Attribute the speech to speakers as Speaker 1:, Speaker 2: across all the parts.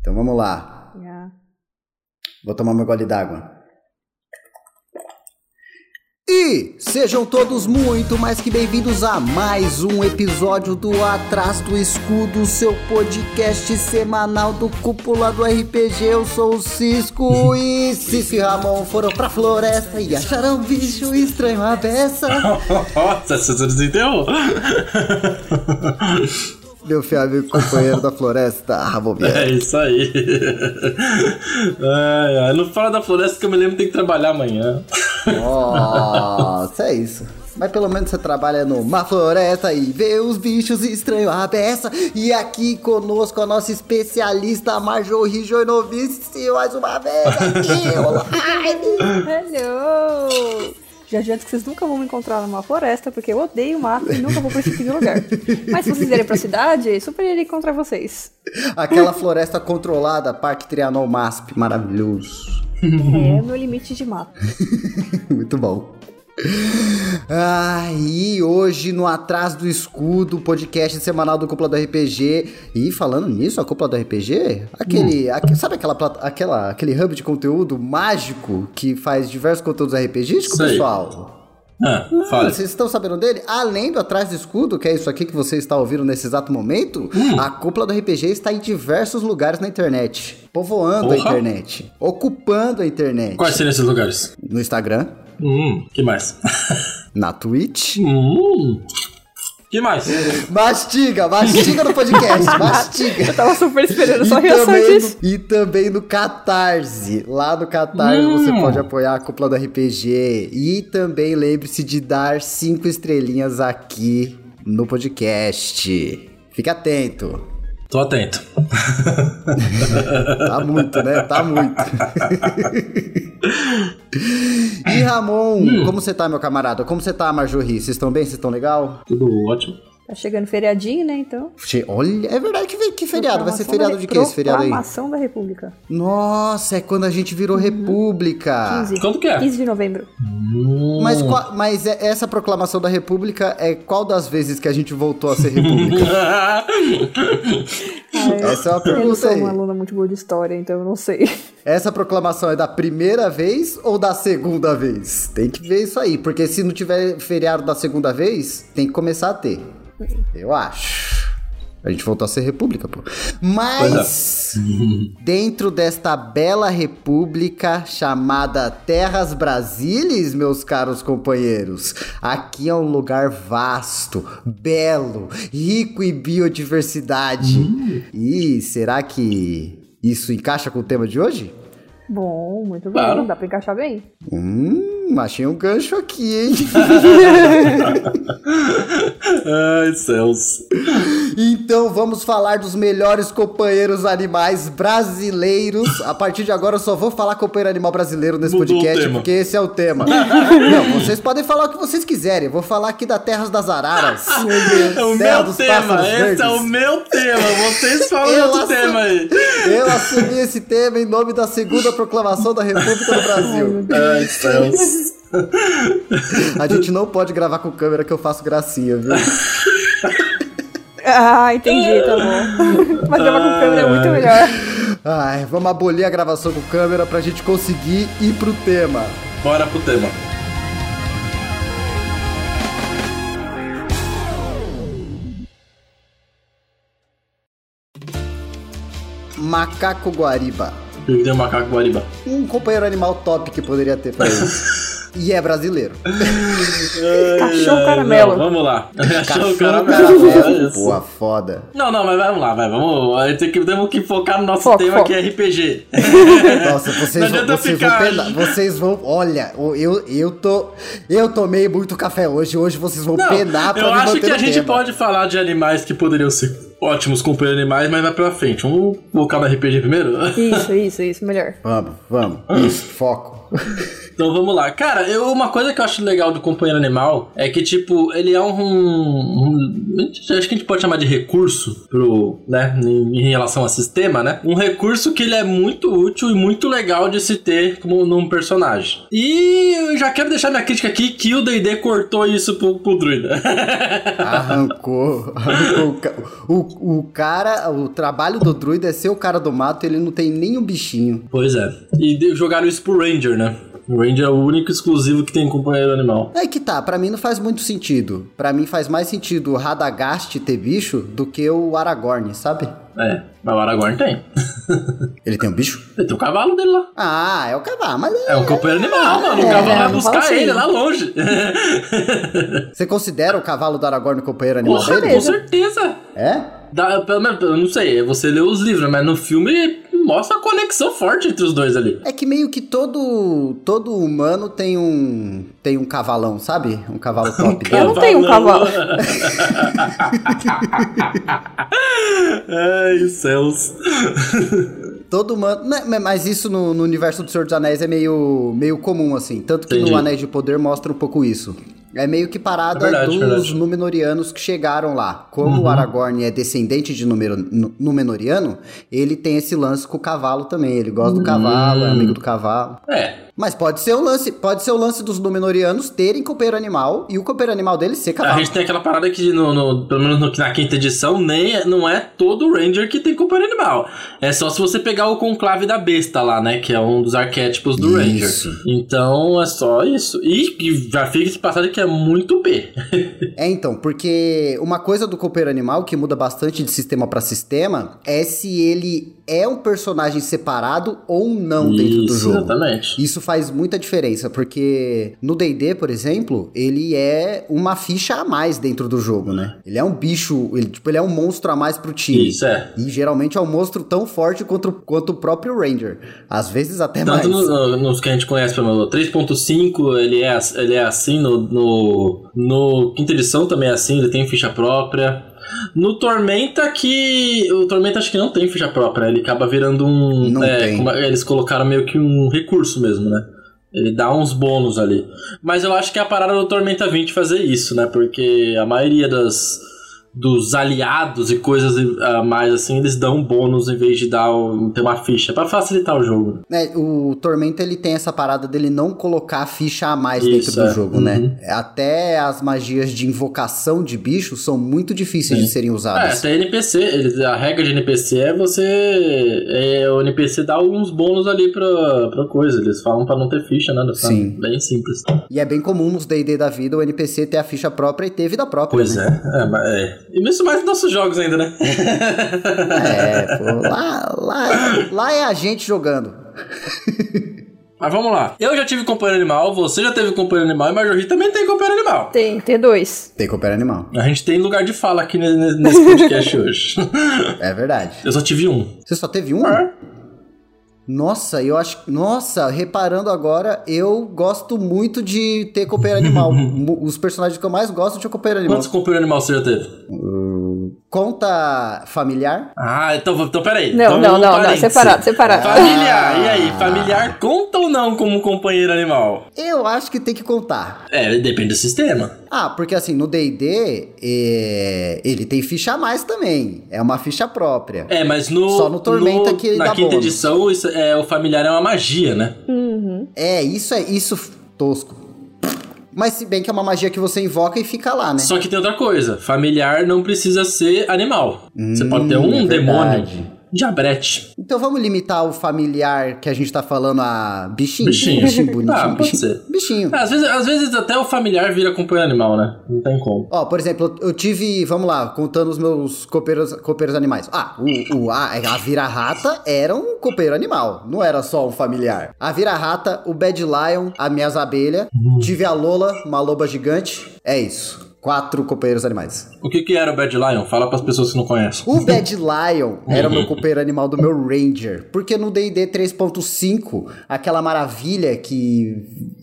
Speaker 1: Então vamos lá.
Speaker 2: Yeah.
Speaker 1: Vou tomar meu gole d'água. E sejam todos muito mais que bem-vindos a mais um episódio do Atrás do Escudo, seu podcast semanal do Cúpula do RPG. Eu sou o Cisco e Cisco e Ramon foram pra floresta e acharam um bicho estranho à beça.
Speaker 3: Nossa, você desenterrou.
Speaker 1: Meu fiel amigo companheiro da floresta, Ramon Vieira.
Speaker 3: É isso aí. Ai, ai, não fala da floresta que eu me lembro que tem que trabalhar amanhã.
Speaker 1: Nossa, é isso. Mas pelo menos você trabalha numa floresta e vê os bichos estranhos à beça. E aqui conosco a nossa especialista Marjorie Joinovice, mais uma vez aqui online.
Speaker 2: Hello! Já adianto que vocês nunca vão me encontrar numa floresta, porque eu odeio mato e nunca vou pra esse tipo de lugar. Mas se vocês irem pra cidade, super irei encontrar vocês.
Speaker 1: Aquela floresta controlada, Parque Trianon MASP, maravilhoso.
Speaker 2: É meu limite de mato.
Speaker 1: Muito bom. Ah, e hoje no Atrás do Escudo, podcast semanal do Cúpula do RPG. E falando nisso, a Cúpula do RPG,
Speaker 3: Hum.
Speaker 1: aquele, aque- sabe aquela, plat- aquela, aquele hub de conteúdo mágico que faz diversos conteúdos RPGísticos,
Speaker 3: Sei.
Speaker 1: pessoal?
Speaker 3: Ah,
Speaker 1: Ah,
Speaker 3: fala.
Speaker 1: Vocês estão sabendo dele? Além do Atrás do Escudo, que é isso aqui que você está ouvindo nesse exato momento,
Speaker 3: Hum.
Speaker 1: a Cúpula do RPG está em diversos lugares na internet, povoando a
Speaker 3: Porra.
Speaker 1: internet, ocupando a internet.
Speaker 3: Quais seriam esses lugares?
Speaker 1: No Instagram,
Speaker 3: Hum, que mais?
Speaker 1: na Twitch.
Speaker 3: Hum, que mais?
Speaker 1: Mastiga, mastiga no podcast,
Speaker 2: Eu
Speaker 1: mastiga.
Speaker 2: tava super esperando só a
Speaker 1: E
Speaker 2: reação
Speaker 1: também,
Speaker 2: disso.
Speaker 1: no, e também no Catarse. Lá no Catarse você
Speaker 3: Hum.
Speaker 1: pode apoiar a cúpula do RPG. E também lembre-se de dar cinco estrelinhas aqui no podcast. Fica atento.
Speaker 3: Tô atento.
Speaker 1: Tá muito, né? Tá muito. e Ramon,
Speaker 2: Hum.
Speaker 1: como você tá, meu camarada? Como você tá, Marjorie? Vocês estão bem? Vocês estão legal?
Speaker 3: Tudo ótimo.
Speaker 2: Tá chegando feriadinho, né? Então.
Speaker 1: Che- Olha, é verdade que, ve- que feriado. Vai ser
Speaker 2: Proclamação
Speaker 1: feriado
Speaker 2: da-
Speaker 1: de quê esse feriado aí?
Speaker 2: Proclamação da República.
Speaker 1: Nossa, é quando a gente virou república.
Speaker 2: 15.
Speaker 3: Quando que é?
Speaker 2: 15 de novembro.
Speaker 3: Hum,
Speaker 1: Mas, qual- mas é- essa proclamação da república é qual das vezes que a gente voltou a ser república?
Speaker 2: Ah,
Speaker 1: essa é uma
Speaker 2: eu- eu não
Speaker 1: pergunta
Speaker 2: sou
Speaker 1: aí.
Speaker 2: uma aluna muito boa de história, então eu não sei.
Speaker 1: Essa proclamação é da primeira vez ou da segunda vez? Tem que ver isso aí, porque se não tiver feriado da segunda vez, tem que começar a ter. Eu acho. A gente voltou a ser república, pô. Mas, dentro desta bela república chamada Terras Brasílias, meus caros companheiros, aqui é um lugar vasto, belo, rico em biodiversidade. E será que isso encaixa com o tema de hoje?
Speaker 2: Bom, muito bom.
Speaker 3: Claro.
Speaker 2: Dá pra encaixar bem?
Speaker 1: Hum, achei um gancho aqui, hein?
Speaker 3: Ai, céus.
Speaker 1: Então vamos falar dos melhores companheiros animais brasileiros. A partir de agora eu só vou falar companheiro animal brasileiro nesse
Speaker 3: Mudou o
Speaker 1: podcast,
Speaker 3: tema.
Speaker 1: porque esse é o tema. Não, vocês podem falar o que vocês quiserem. Eu vou falar aqui da Terras das Araras.
Speaker 3: É o
Speaker 1: Céu
Speaker 3: meu
Speaker 1: dos
Speaker 3: tema,
Speaker 1: pássaros
Speaker 3: esse é o
Speaker 1: verdes.
Speaker 3: meu tema. Vocês
Speaker 1: Eu
Speaker 3: falam outro
Speaker 1: assumi-
Speaker 3: tema aí.
Speaker 1: Eu assumi esse tema em nome da segunda proclamação da República do Brasil.
Speaker 3: Ai, céus.
Speaker 1: A gente não pode gravar com câmera que eu faço gracinha, viu?
Speaker 2: Ah, entendi, tá bom. Mas gravar com câmera é
Speaker 3: Ah.
Speaker 2: muito melhor.
Speaker 1: Ai, vamos abolir a gravação com câmera pra gente conseguir ir pro tema.
Speaker 3: Bora pro tema.
Speaker 1: Macaco Guariba.
Speaker 3: Perguntei o macaco guariba.
Speaker 1: Um companheiro animal top que poderia ter pra ele. e é brasileiro.
Speaker 2: Cachorro
Speaker 3: Ai,
Speaker 2: caramelo.
Speaker 3: não, vamos lá. Cachorro
Speaker 1: brasileiro.
Speaker 3: caramelo. é isso.
Speaker 1: Boa, foda.
Speaker 3: Não, não, mas vamos lá, vai, vamos. aí Tem que, temos que focar no nosso
Speaker 2: Foco,
Speaker 3: tema
Speaker 2: foco.
Speaker 3: que é RPG.
Speaker 1: Nossa, vocês
Speaker 3: Não
Speaker 1: vão,
Speaker 3: adianta
Speaker 1: vocês vão
Speaker 3: ficar-
Speaker 1: penar. Vocês vão. Olha, eu, eu tô. Eu tomei muito café hoje. Hoje vocês vão
Speaker 3: Não,
Speaker 1: penar pra
Speaker 3: eu
Speaker 1: me
Speaker 3: acho
Speaker 1: manter
Speaker 3: que a
Speaker 1: no
Speaker 3: gente
Speaker 1: tema.
Speaker 3: pode falar de animais que poderiam ser ótimos companheiros animais, mas vai pra frente. Vamos focar no RPG primeiro?
Speaker 2: Isso, isso, isso, melhor.
Speaker 1: Vamos, vamos. Isso, foco. animal.
Speaker 3: Então vamos lá. Cara, eu, uma coisa que eu acho legal do Companheiro Animal é que, tipo, ele é um. um- acho que a gente pode chamar de recurso pro. né? Em, em relação a sistema, né? Um recurso que ele é muito útil e muito legal de se ter como num personagem. E eu já quero deixar minha crítica aqui que o DD cortou isso pro, pro Druida.
Speaker 1: Arrancou. arrancou o ca- o, o cara, o trabalho do druida é ser o cara do mato, ele não tem nem um bichinho.
Speaker 3: pois é. E de- jogaram isso pro Ranger, né? O Ranger é o único exclusivo que tem companheiro animal.
Speaker 1: Aí que tá, pra mim não faz muito sentido. Pra mim faz mais sentido o Radagast ter bicho do que o Aragorn, sabe?
Speaker 3: É, mas o Aragorn tem.
Speaker 1: Ele tem um bicho?
Speaker 3: Ele tem o cavalo dele lá.
Speaker 1: Ah, é o cavalo, mas
Speaker 3: É um companheiro animal, mano. O
Speaker 2: É,
Speaker 3: cavalo vai
Speaker 2: não fala
Speaker 3: buscar
Speaker 2: assim.
Speaker 3: ele lá longe.
Speaker 1: você considera o cavalo do Aragorn o companheiro animal
Speaker 3: Porra,
Speaker 1: dele?
Speaker 3: com certeza.
Speaker 1: É?
Speaker 3: Dá- pelo menos, eu não sei, você leu os livros, mas no filme mostra a conexão forte entre os dois ali.
Speaker 1: É que meio que todo todo humano tem um tem um cavalão, sabe? Um cavalo top.
Speaker 2: Eu não tenho um cavalo.
Speaker 3: Ai, céus.
Speaker 1: Todo humano. né, ma- Mas isso no, no universo do Senhor dos Anéis é meio, meio comum, assim. Tanto que
Speaker 3: Entendi.
Speaker 1: no Anéis de Poder mostra um pouco isso. É meio que parada
Speaker 3: É verdade,
Speaker 1: dos
Speaker 3: verdade. Uhum.
Speaker 1: Númenóreanos que chegaram lá. Como o Aragorn é descendente de Número- Nu- Númenoriano, ele tem esse lance com o cavalo também. Ele gosta do cavalo, é
Speaker 3: Hum.
Speaker 1: amigo do cavalo.
Speaker 3: É,
Speaker 1: Mas pode ser o lance, pode ser o lance dos Númenóreanos terem copeiro animal e o copeiro animal dele ser
Speaker 3: a
Speaker 1: cavalo.
Speaker 3: gente tem aquela parada que, no, no- pelo menos no- na quinta edição, nem, não é todo Ranger que tem companheiro animal. É só se você pegar o conclave da besta lá, né? Que é um dos arquétipos do
Speaker 1: Isso.
Speaker 3: Ranger. Então é só isso. E, e já fica esse passado que é muito B.
Speaker 1: É, então, porque uma coisa do copeiro animal que muda bastante de sistema pra sistema é se ele é um personagem separado ou não dentro do
Speaker 3: Isso,
Speaker 1: jogo.
Speaker 3: Exatamente.
Speaker 1: Isso faz muita diferença, porque no D&D, por exemplo, ele é uma ficha a mais dentro do jogo, né? Ele é um bicho, ele, tipo, ele é um monstro a mais pro time.
Speaker 3: Isso, é.
Speaker 1: E geralmente é um monstro tão forte quanto, quanto o próprio Ranger. Às vezes até mais.
Speaker 3: Tanto no- no- nos que a gente conhece, pelo menos, o 3.5 ele é, ass- ele é assim, no, no, no quinta edição também é assim, ele tem ficha própria. No Tormenta que... O Tormenta acho que não tem ficha própria, ele acaba virando um...
Speaker 1: Não
Speaker 3: é,
Speaker 1: tem.
Speaker 3: como- eles colocaram meio que um recurso mesmo, né? Ele dá uns bônus ali. Mas eu acho que é a parada do Tormenta 20 fazer isso, né? Porque a maioria das, dos aliados e coisas a mais assim, eles dão bônus em vez de dar um- ter uma ficha, pra facilitar o jogo. né?
Speaker 1: É, o Tormenta ele tem essa parada dele não colocar ficha a mais
Speaker 3: Isso,
Speaker 1: dentro do
Speaker 3: é.
Speaker 1: jogo,
Speaker 3: Uhum.
Speaker 1: né? Até as magias de invocação de bichos são muito difíceis
Speaker 3: Sim.
Speaker 1: de serem
Speaker 3: É,
Speaker 1: usadas.
Speaker 3: até NPC, ele- a regra de NPC é você. é, o NPC dá alguns bônus ali pra, pra coisa. Eles falam pra não ter ficha, né? Tá
Speaker 1: Sim.
Speaker 3: Bem simples.
Speaker 1: E é bem comum nos D&D da vida o NPC ter a ficha própria e ter vida própria. né?
Speaker 3: Pois é. é, mas é. E isso mais nos nossos jogos ainda, né?
Speaker 1: É, pô, lá, lá, lá é a gente jogando.
Speaker 3: mas vamos lá. Eu já tive companheiro animal, você já teve companheiro animal e Majorri também tem companheiro animal.
Speaker 2: Tem, tem dois.
Speaker 1: Tem coopera animal.
Speaker 3: A gente tem lugar de fala aqui ne- ne- nesse podcast hoje.
Speaker 1: É verdade.
Speaker 3: Eu só tive um.
Speaker 1: Você só teve um? Nossa, eu acho. Nossa, reparando agora, eu gosto muito de ter coopera animal. Mu- Os personagens que eu mais gosto de coopera animal.
Speaker 3: Quantos companheiro animal você já teve?
Speaker 1: Conta familiar?
Speaker 3: Ah, então, então peraí.
Speaker 2: Não,
Speaker 3: Então,
Speaker 2: não, não, não.
Speaker 3: parênteses.
Speaker 2: Separado, separado.
Speaker 3: Familiar,
Speaker 1: Ah.
Speaker 3: e aí? Familiar conta ou não como companheiro animal?
Speaker 1: Eu acho que tem que contar.
Speaker 3: É, depende do sistema.
Speaker 1: Ah, porque assim, no D&D, é, ele tem ficha a mais também. É uma ficha própria.
Speaker 3: É, mas no.
Speaker 1: Só no Tormenta que ele
Speaker 3: Na
Speaker 1: dá
Speaker 3: quinta
Speaker 1: bônus.
Speaker 3: edição, isso é, o familiar é uma magia, né?
Speaker 2: Uhum.
Speaker 1: É, isso é isso f- tosco. Mas se bem que é uma magia que você invoca e fica lá, né?
Speaker 3: Só que tem outra coisa: familiar não precisa ser animal. Você
Speaker 1: Hum,
Speaker 3: pode ter
Speaker 1: é
Speaker 3: um
Speaker 1: verdade.
Speaker 3: demônio. Diabrete.
Speaker 1: Então vamos limitar o familiar que a gente tá falando a bichinho?
Speaker 3: Bichinho.
Speaker 1: Bichinho
Speaker 3: Ah,
Speaker 1: bonitinho.
Speaker 3: pode
Speaker 1: bichinho.
Speaker 3: ser.
Speaker 1: bichinho.
Speaker 3: Às vezes, às vezes até o familiar vira companheiro animal, né? Não tem como.
Speaker 1: Ó, por exemplo, eu eu tive, vamos lá, contando os meus copeiros, copeiros animais. Ah, o, o- a, a vira-rata era um copeiro animal, não era só um familiar. A vira-rata, o Bad Lion, as minhas abelhas, tive a Lola, uma loba gigante. É isso. Quatro copeiros animais.
Speaker 3: O que, que era o Bad Lion? Fala pras pessoas que não conhecem.
Speaker 1: O Bad Lion era o meu copeiro animal do meu Ranger. Porque no DD 3.5, aquela maravilha que.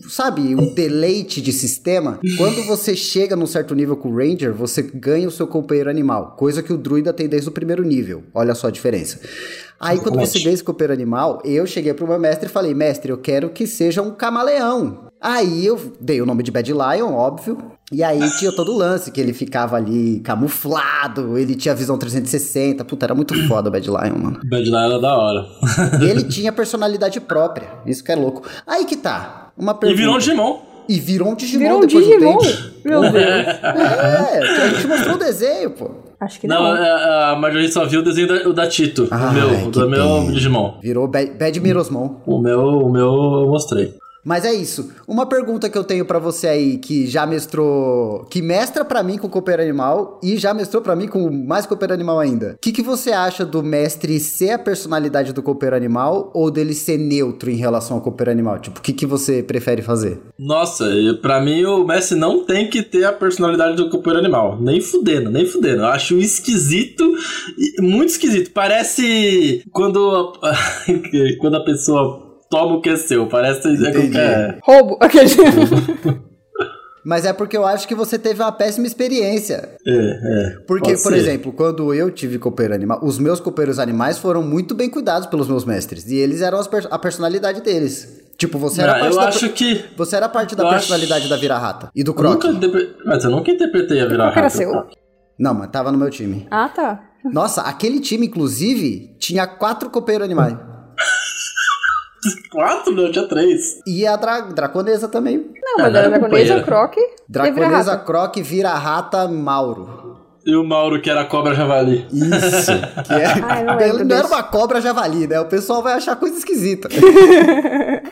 Speaker 1: Sabe, o deleite de sistema. Quando você chega num certo nível com o Ranger, você ganha o seu companheiro animal. Coisa que o Druida tem desde o primeiro nível. Olha só a diferença. Aí quando
Speaker 3: Exatamente.
Speaker 1: você ganha esse companheiro animal, eu cheguei pro meu mestre e falei, mestre, eu quero que seja um camaleão. Aí eu dei o nome de Bad Lion, óbvio. E aí tinha todo o lance, que ele ficava ali camuflado, ele tinha visão 360. Puta, era muito foda o Bad Lion, mano.
Speaker 3: Bad Lion era da hora.
Speaker 1: E ele tinha personalidade própria. Isso que é louco. Aí que tá. Uma
Speaker 3: E
Speaker 1: pergunta.
Speaker 3: virou um Digimon.
Speaker 1: E virou um Digimon
Speaker 2: Virou um
Speaker 1: depois
Speaker 2: Digimon?
Speaker 1: do tempo.
Speaker 2: Meu Deus.
Speaker 1: É, a gente mostrou o desenho, pô.
Speaker 2: Acho que não.
Speaker 3: Não, é. a, a Marjorie só viu o desenho da, o da Tito.
Speaker 1: Ai,
Speaker 3: o meu, o
Speaker 1: que
Speaker 3: do meu
Speaker 1: pena.
Speaker 3: Digimon.
Speaker 1: Virou Bad, Bad Mirosmon.
Speaker 3: O meu, o meu eu mostrei.
Speaker 1: Mas é isso. Uma pergunta que eu tenho pra você aí, que já mestrou... Que mestra pra mim com Cooper Animal e já mestrou pra mim com mais Cooper Animal ainda. O que, que você acha do mestre ser a personalidade do Cooper Animal ou dele ser neutro em relação ao Cooper Animal? Tipo, o que, que você prefere fazer?
Speaker 3: Nossa, e pra mim o Messi não tem que ter a personalidade do companheiro animal. Nem fudendo, nem fudendo. Eu acho esquisito, e- muito esquisito. Parece quando a, quando a pessoa toma o que é seu. Parece. é
Speaker 1: Entendi.
Speaker 3: como- É,
Speaker 2: Roubo. Aquele...
Speaker 1: Mas é porque eu acho que você teve uma péssima experiência.
Speaker 3: é, é.
Speaker 1: Porque,
Speaker 3: Pode
Speaker 1: por
Speaker 3: ser.
Speaker 1: exemplo, quando eu tive copeiro animal, os meus copeiros animais foram muito bem cuidados pelos meus mestres. E eles eram as per- a personalidade deles. Tipo, você era
Speaker 3: Ah,
Speaker 1: parte
Speaker 3: eu
Speaker 1: da,
Speaker 3: acho que.
Speaker 1: você era parte da
Speaker 3: eu
Speaker 1: personalidade
Speaker 3: acho-
Speaker 1: da vira-rata e do
Speaker 3: eu
Speaker 1: croc.
Speaker 3: Nunca interpre- Mas eu nunca interpretei a virar
Speaker 2: Qual que era
Speaker 3: rata.
Speaker 2: é seu?
Speaker 1: Não, mas tava no meu time.
Speaker 2: Ah, tá.
Speaker 1: Nossa, aquele time, inclusive, tinha quatro copeiros animais.
Speaker 3: Quatro? Não, tinha três. É,
Speaker 1: E a dra draconesa também.
Speaker 2: Não, mas é era
Speaker 3: Caralho,
Speaker 2: Dragonesa,
Speaker 3: companheira.
Speaker 2: Croc
Speaker 1: Draconesa,
Speaker 2: Vira-Rata.
Speaker 1: croc, vira-rata, mauro.
Speaker 3: E o Mauro, que era a cobra javali.
Speaker 1: Isso. que é-
Speaker 2: Ah, eu não
Speaker 1: não
Speaker 2: lembro
Speaker 1: era
Speaker 2: desse.
Speaker 1: uma cobra javali, né? O pessoal vai achar coisa esquisita.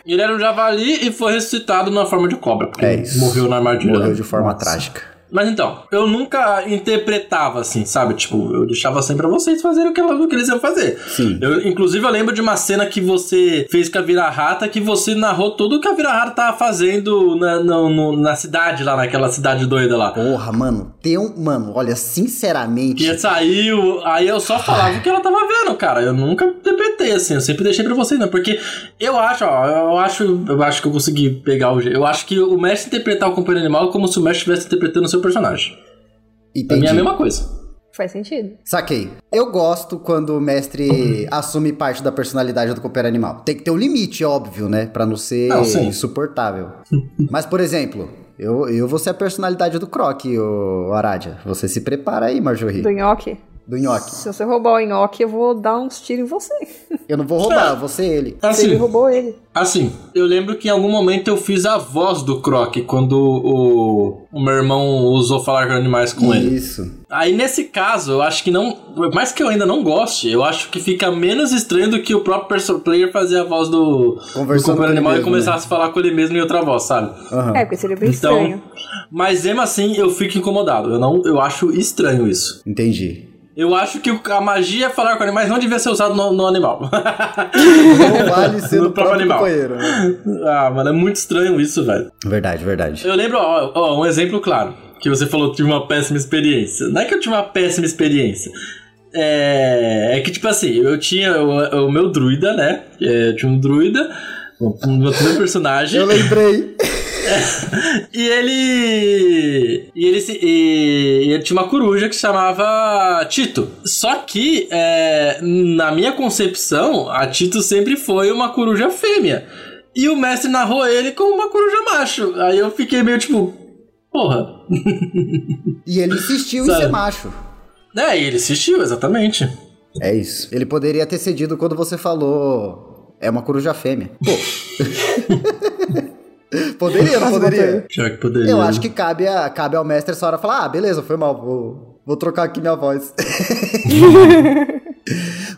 Speaker 3: Ele era um javali e foi ressuscitado na forma de cobra. Porque
Speaker 1: É isso.
Speaker 3: Morreu na armadilha.
Speaker 1: Morreu de forma
Speaker 3: Nossa.
Speaker 1: trágica.
Speaker 3: Mas então, eu nunca interpretava assim, sabe? Tipo, eu deixava sempre pra vocês fazerem o que, o que eles iam fazer.
Speaker 1: Sim.
Speaker 3: Eu, inclusive, eu lembro de uma cena que você fez com a Vira-Rata, que você narrou tudo que a Vira-Rata tava fazendo na, na, no- na cidade lá, naquela cidade doida lá.
Speaker 1: Porra, mano, tem um. Mano, olha, sinceramente.
Speaker 3: Que saiu, aí eu só falava o que ela tava vendo, cara. Eu nunca interpretei assim, eu sempre deixei pra vocês, né? Porque eu acho, ó, eu acho, eu acho que eu consegui pegar o. je- Eu acho que o mestre interpretar o companheiro animal é como se o mestre estivesse interpretando o seu personagem. Pra mim é
Speaker 1: Entendi.
Speaker 3: a mesma coisa.
Speaker 2: Faz sentido.
Speaker 1: Saquei. Eu gosto quando o
Speaker 3: Uhum.
Speaker 1: mestre assume parte da personalidade do cooper animal. Tem que ter um limite, óbvio, né? Pra não ser
Speaker 3: Não, sim.
Speaker 1: insuportável. Mas, por exemplo, eu, eu vou ser a personalidade do Croc, o Aradia. Você se prepara aí, Marjorie.
Speaker 2: Do nhoque.
Speaker 1: Do nhoque.
Speaker 2: Se você roubar o nhoque, eu vou dar uns tiros em você.
Speaker 1: Eu não vou roubar, eu vou ser ele.
Speaker 2: Se ele
Speaker 3: Assim,
Speaker 2: roubou ele.
Speaker 3: assim, eu lembro que em algum momento eu fiz a voz do Croc quando o, o meu irmão usou falar com animais com ele.
Speaker 1: Isso.
Speaker 3: Aí nesse caso, eu acho que não. Por mais que eu ainda não goste, eu acho que fica menos estranho do que o próprio perso- player fazer a voz do, do
Speaker 1: Conversando com
Speaker 3: companheiro
Speaker 1: ele
Speaker 3: animal e
Speaker 1: mesmo, né?
Speaker 3: começar a se falar com ele mesmo em outra voz, sabe?
Speaker 1: Aham.
Speaker 2: É, porque seria bem
Speaker 3: Então-
Speaker 2: estranho.
Speaker 3: Mas mesmo assim eu fico incomodado. Eu não, eu acho estranho isso.
Speaker 1: Entendi.
Speaker 3: Eu acho que a magia falar com animais não devia ser usada no, no animal.
Speaker 1: Não vale ser
Speaker 3: No
Speaker 1: do próprio
Speaker 3: próprio animal.
Speaker 1: companheiro. Né?
Speaker 3: ah, mano, é muito estranho isso, velho.
Speaker 1: Verdade, verdade.
Speaker 3: Eu lembro, ó, ó, um exemplo claro, que você falou que tive uma péssima experiência. Não é que eu tive uma péssima experiência. É, é que, tipo assim, eu tinha o, o meu druida, né? É, eu tinha um druida, um meu primeiro personagem.
Speaker 1: Eu lembrei.
Speaker 3: E ele. E ele, se- e ele tinha uma coruja que se chamava Tito. Só que, é, na minha concepção, a Tito sempre foi uma coruja fêmea. E o mestre narrou ele como uma coruja macho. Aí eu fiquei meio tipo. Porra.
Speaker 1: E ele insistiu em
Speaker 3: Sabe?
Speaker 1: ser macho.
Speaker 3: É, e ele insistiu, exatamente.
Speaker 1: É isso. Ele poderia ter cedido quando você falou. É uma coruja fêmea. Pô. poderia, não poderia?
Speaker 3: Pior que poderia.
Speaker 1: Eu acho que cabe, a, cabe ao mestre essa hora falar: ah, beleza, foi mal, vou, vou trocar aqui minha voz.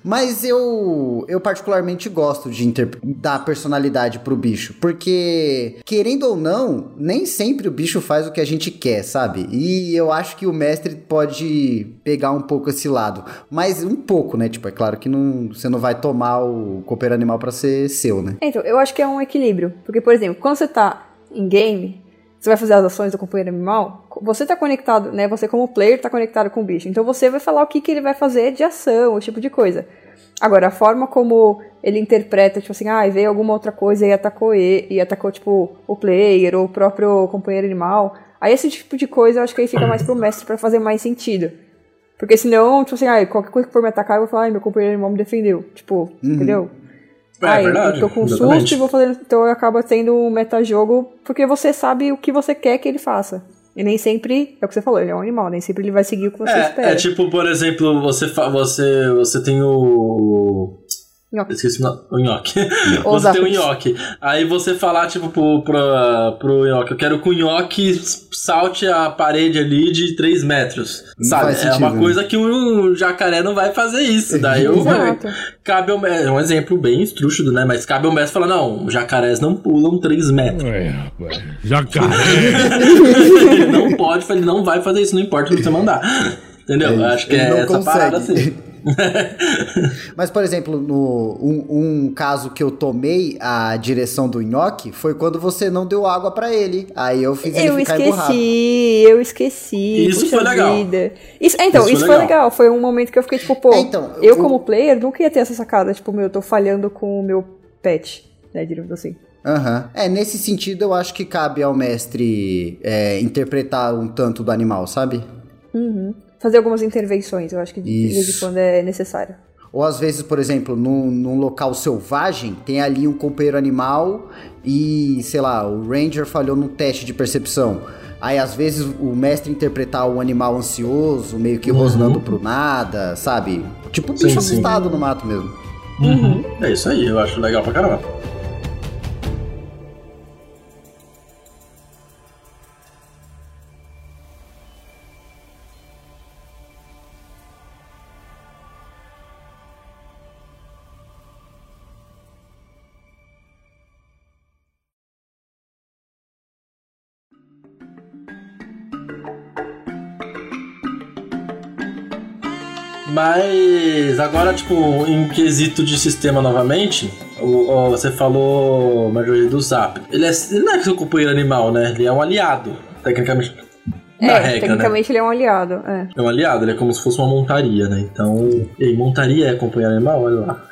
Speaker 1: Mas eu, eu particularmente gosto de inter- dar personalidade pro bicho, porque, querendo ou não, nem sempre o bicho faz o que a gente quer, sabe? E eu acho que o mestre pode pegar um pouco esse lado, mas um pouco, né? Tipo, é claro que não, você não vai tomar o copeiro animal pra ser seu, né?
Speaker 2: É, Então, eu acho que é um equilíbrio. Porque, por exemplo, quando você tá em game, você vai fazer as ações do companheiro animal, você tá conectado, né? Você como player tá conectado com o bicho. Então você vai falar o que, que ele vai fazer de ação, esse tipo de coisa. Agora, a forma como ele interpreta, tipo assim, ah, veio alguma outra coisa e atacou e, e atacou, tipo, o player ou o próprio companheiro animal. Aí esse tipo de coisa eu acho que aí fica mais pro mestre pra fazer mais sentido. Porque senão, tipo assim, ai, qualquer coisa que for me atacar, eu vou falar, ai, meu companheiro animal me defendeu. Tipo, entendeu?
Speaker 3: É,
Speaker 2: ai,
Speaker 3: verdade,
Speaker 2: eu tô com um
Speaker 3: exatamente.
Speaker 2: susto e vou fazer. Então acaba sendo um metajogo porque você sabe o que você quer que ele faça. E nem sempre, é o que você falou, ele é um animal, nem sempre ele vai seguir o que você espera.
Speaker 3: É, é tipo, por exemplo, você, fa- você, você tem o.
Speaker 2: Nhoque.
Speaker 3: Esqueci o nome. O nhoque.
Speaker 2: Ou
Speaker 3: você tem um o
Speaker 2: zappers.
Speaker 3: nhoque. Aí você falar, tipo, pro, pra, pro nhoque, eu quero que o nhoque salte a parede ali de 3 metros.
Speaker 1: Não
Speaker 3: sabe?
Speaker 1: faz
Speaker 3: É
Speaker 1: sentido,
Speaker 3: uma
Speaker 1: né?
Speaker 3: coisa que um jacaré não vai fazer isso. Daí eu.
Speaker 2: Exato.
Speaker 3: Cabe ao mestre. É um exemplo bem estrúxido, né? Mas cabe ao mestre falar, não, jacarés não pulam 3 metros.
Speaker 4: É, rapaz. Jacaré.
Speaker 3: ele não pode, ele não vai fazer isso, não importa o que você mandar. Entendeu? Eu Acho que
Speaker 1: ele
Speaker 3: é
Speaker 1: não
Speaker 3: essa
Speaker 1: consegue.
Speaker 3: parada assim.
Speaker 1: Mas, por exemplo, no, um, um caso que eu tomei a direção do nhoque foi quando você não deu água pra ele. Aí eu fiz ele
Speaker 2: Eu
Speaker 1: ficar emburrado.
Speaker 2: esqueci, eu esqueci.
Speaker 3: Isso
Speaker 2: puxa
Speaker 3: foi legal.
Speaker 2: vida. Isso, é, então,
Speaker 3: Isso
Speaker 2: isso,
Speaker 3: foi
Speaker 2: foi
Speaker 3: legal.
Speaker 2: legal. Foi um momento que eu fiquei tipo, pô,
Speaker 1: É, então,
Speaker 2: eu
Speaker 1: o-
Speaker 2: como player nunca ia ter essa sacada, tipo, meu, eu tô falhando com o meu pet, né, digamos assim.
Speaker 1: Aham. É, nesse sentido eu acho que cabe ao mestre é, interpretar um tanto do animal, sabe?
Speaker 2: Uhum. Fazer algumas intervenções, eu acho que de vez em
Speaker 1: Isso.
Speaker 2: quando é necessário.
Speaker 1: Ou às vezes, por exemplo, num, num local selvagem, tem ali um companheiro animal e, sei lá, o Ranger falhou num teste de percepção. Aí às vezes o mestre interpretar um animal ansioso, meio que
Speaker 3: Uhum.
Speaker 1: rosnando pro nada, sabe? Tipo um
Speaker 3: Sim,
Speaker 1: bicho
Speaker 3: sim.
Speaker 1: assustado no mato mesmo.
Speaker 3: É isso aí, eu acho legal pra caramba. Mas agora, tipo, em quesito de sistema novamente, o- o- você falou, maioria do Zap. Ele, é, ele não é seu companheiro animal, né? Ele é um aliado, tecnicamente. Na
Speaker 2: é,
Speaker 3: regra, né?
Speaker 2: tecnicamente ele é um aliado. É.
Speaker 3: É um aliado, ele é como se fosse uma montaria, né? Então. Ei, montaria é companheiro animal? Olha lá.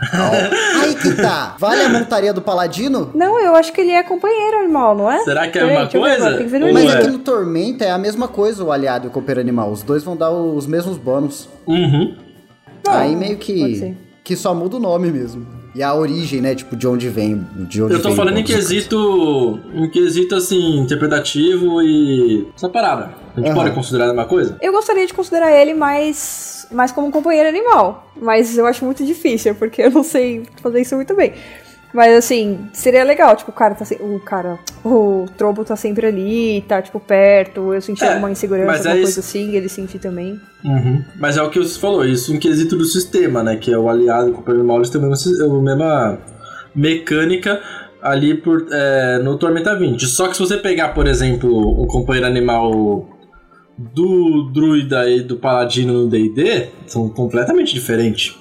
Speaker 1: Aí que tá. Vale a montaria do paladino?
Speaker 2: Não, eu acho que ele é companheiro animal, não é?
Speaker 3: Será que é a
Speaker 2: Peraí,
Speaker 3: mesma
Speaker 2: deixa eu ver
Speaker 3: coisa?
Speaker 2: agora, tem que ver no
Speaker 3: Ou
Speaker 1: Mas
Speaker 3: é?
Speaker 1: aqui no Tormenta é a mesma coisa o aliado e o copeiro animal. Os dois vão dar os mesmos bônus.
Speaker 3: Uhum.
Speaker 2: Não,
Speaker 1: Aí meio
Speaker 2: pode
Speaker 1: que.
Speaker 2: ser.
Speaker 1: Que só muda o nome mesmo. E a origem, né? Tipo, de onde vem. De onde né?
Speaker 3: Eu tô
Speaker 1: vem
Speaker 3: falando em
Speaker 1: todos os-
Speaker 3: quesito. Em quesito, assim, interpretativo e. Essa parada. A gente
Speaker 1: Aham.
Speaker 3: pode considerar a mesma coisa?
Speaker 2: Eu gostaria de considerar ele mais, mais como um companheiro animal, mas eu acho muito difícil, porque eu não sei fazer isso muito bem. Mas assim, seria legal, tipo, o cara tá se... o cara, o Trobo tá sempre ali, tá tipo perto, eu senti
Speaker 3: É,
Speaker 2: alguma insegurança,
Speaker 3: mas é
Speaker 2: alguma
Speaker 3: isso.
Speaker 2: coisa assim, ele sentir também.
Speaker 3: Uhum. Mas é o que você falou, isso em quesito do sistema, né? Que é o aliado e o companheiro animal, eles têm a mesma, si- a mesma mecânica ali por, é, no Tormenta 20. Só que se você pegar, por exemplo, um companheiro animal do druida e do paladino no D&D, são completamente diferentes.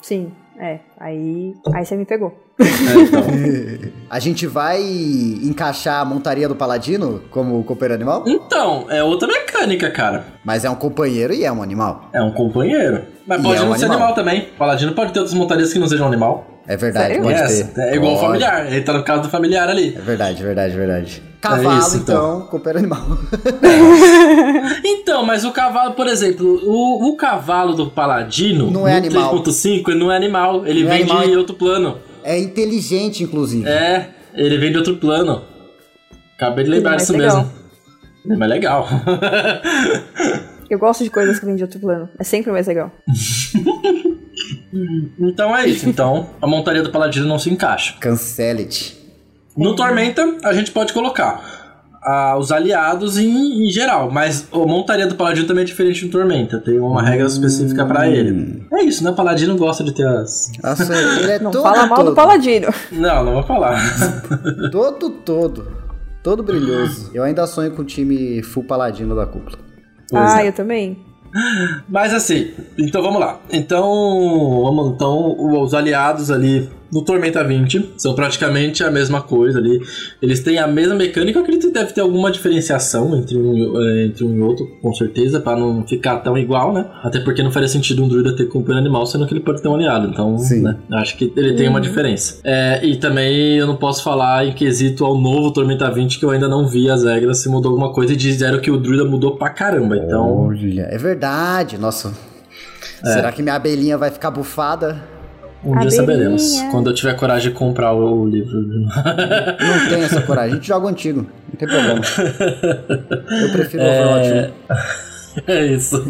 Speaker 2: Sim, é. Aí, aí você me pegou.
Speaker 3: né? Então,
Speaker 1: A gente vai encaixar a montaria do paladino como companheiro animal?
Speaker 3: então, é outra mecânica, cara.
Speaker 1: Mas é um companheiro e é um animal.
Speaker 3: É um companheiro. Mas
Speaker 1: E
Speaker 3: pode
Speaker 1: é um
Speaker 3: não ser
Speaker 1: animal.
Speaker 3: animal também. Paladino pode ter outras montarias que não sejam animal.
Speaker 1: É verdade,
Speaker 2: Sério?
Speaker 1: pode
Speaker 3: Yes,
Speaker 1: ter.
Speaker 3: É igual o
Speaker 1: Pode.
Speaker 3: familiar. Ele tá no caso do familiar ali.
Speaker 1: É verdade, verdade, verdade. Cavalo,
Speaker 3: isso, então.
Speaker 1: então, companheiro animal.
Speaker 3: Então, mas o cavalo, por exemplo, o, o cavalo do Paladino
Speaker 1: Não é
Speaker 3: no
Speaker 1: animal.
Speaker 3: 3.5, ele não é animal. Ele
Speaker 1: Não é
Speaker 3: vem
Speaker 1: animal,
Speaker 3: de
Speaker 1: é-
Speaker 3: outro plano.
Speaker 1: É inteligente, inclusive.
Speaker 3: É, ele vem de outro plano. Acabei de
Speaker 2: Ele é
Speaker 3: lembrar
Speaker 2: mais
Speaker 3: disso
Speaker 2: legal.
Speaker 3: mesmo. Ele é mais legal.
Speaker 2: Eu gosto de coisas que vêm de outro plano. É sempre mais legal.
Speaker 3: então é isso. Então, a montaria do Paladino não se encaixa.
Speaker 1: Cancel it.
Speaker 3: No Tormenta, a gente pode colocar ah, os aliados em, em geral, mas a montaria do Paladino também é diferente do Tormenta. Tem uma regra específica pra ele. É isso, né? O Paladino gosta de ter as.
Speaker 1: Nossa, ele é
Speaker 2: Não
Speaker 1: todo,
Speaker 2: fala mal
Speaker 1: todo,
Speaker 2: do paladino.
Speaker 3: Não, não vou falar.
Speaker 1: todo, todo. Todo brilhoso. Eu ainda sonho com o time full paladino da cúpula.
Speaker 2: ah,
Speaker 3: é.
Speaker 2: eu também.
Speaker 3: Mas assim, então vamos lá. Então, vamos, então o- os aliados ali no Tormenta 20 são praticamente a mesma coisa ali. Eles têm a mesma mecânica, eu acredito que deve ter alguma diferenciação entre um, e o- eh, entre um e outro, com certeza, pra não ficar tão igual, né? Até porque não faria sentido um druida ter companheiro animal, sendo que ele pode ter um aliado. Então,
Speaker 1: Sim.
Speaker 3: né? Eu Acho que ele tem uma diferença. É, e também eu não posso falar em quesito ao novo Tormenta 20, que eu ainda não vi as regras, se mudou alguma coisa e disseram que o druida mudou pra caramba. Então.
Speaker 1: Olha, é verdade. Nossa, Será que minha abelhinha vai ficar bufada?
Speaker 3: Um dia
Speaker 2: Abelhinha.
Speaker 3: saberemos. Quando eu tiver coragem de comprar o, o livro.
Speaker 1: Não tem essa coragem. A gente joga o antigo. Não tem problema. Eu prefiro o Overwatch.
Speaker 3: É isso.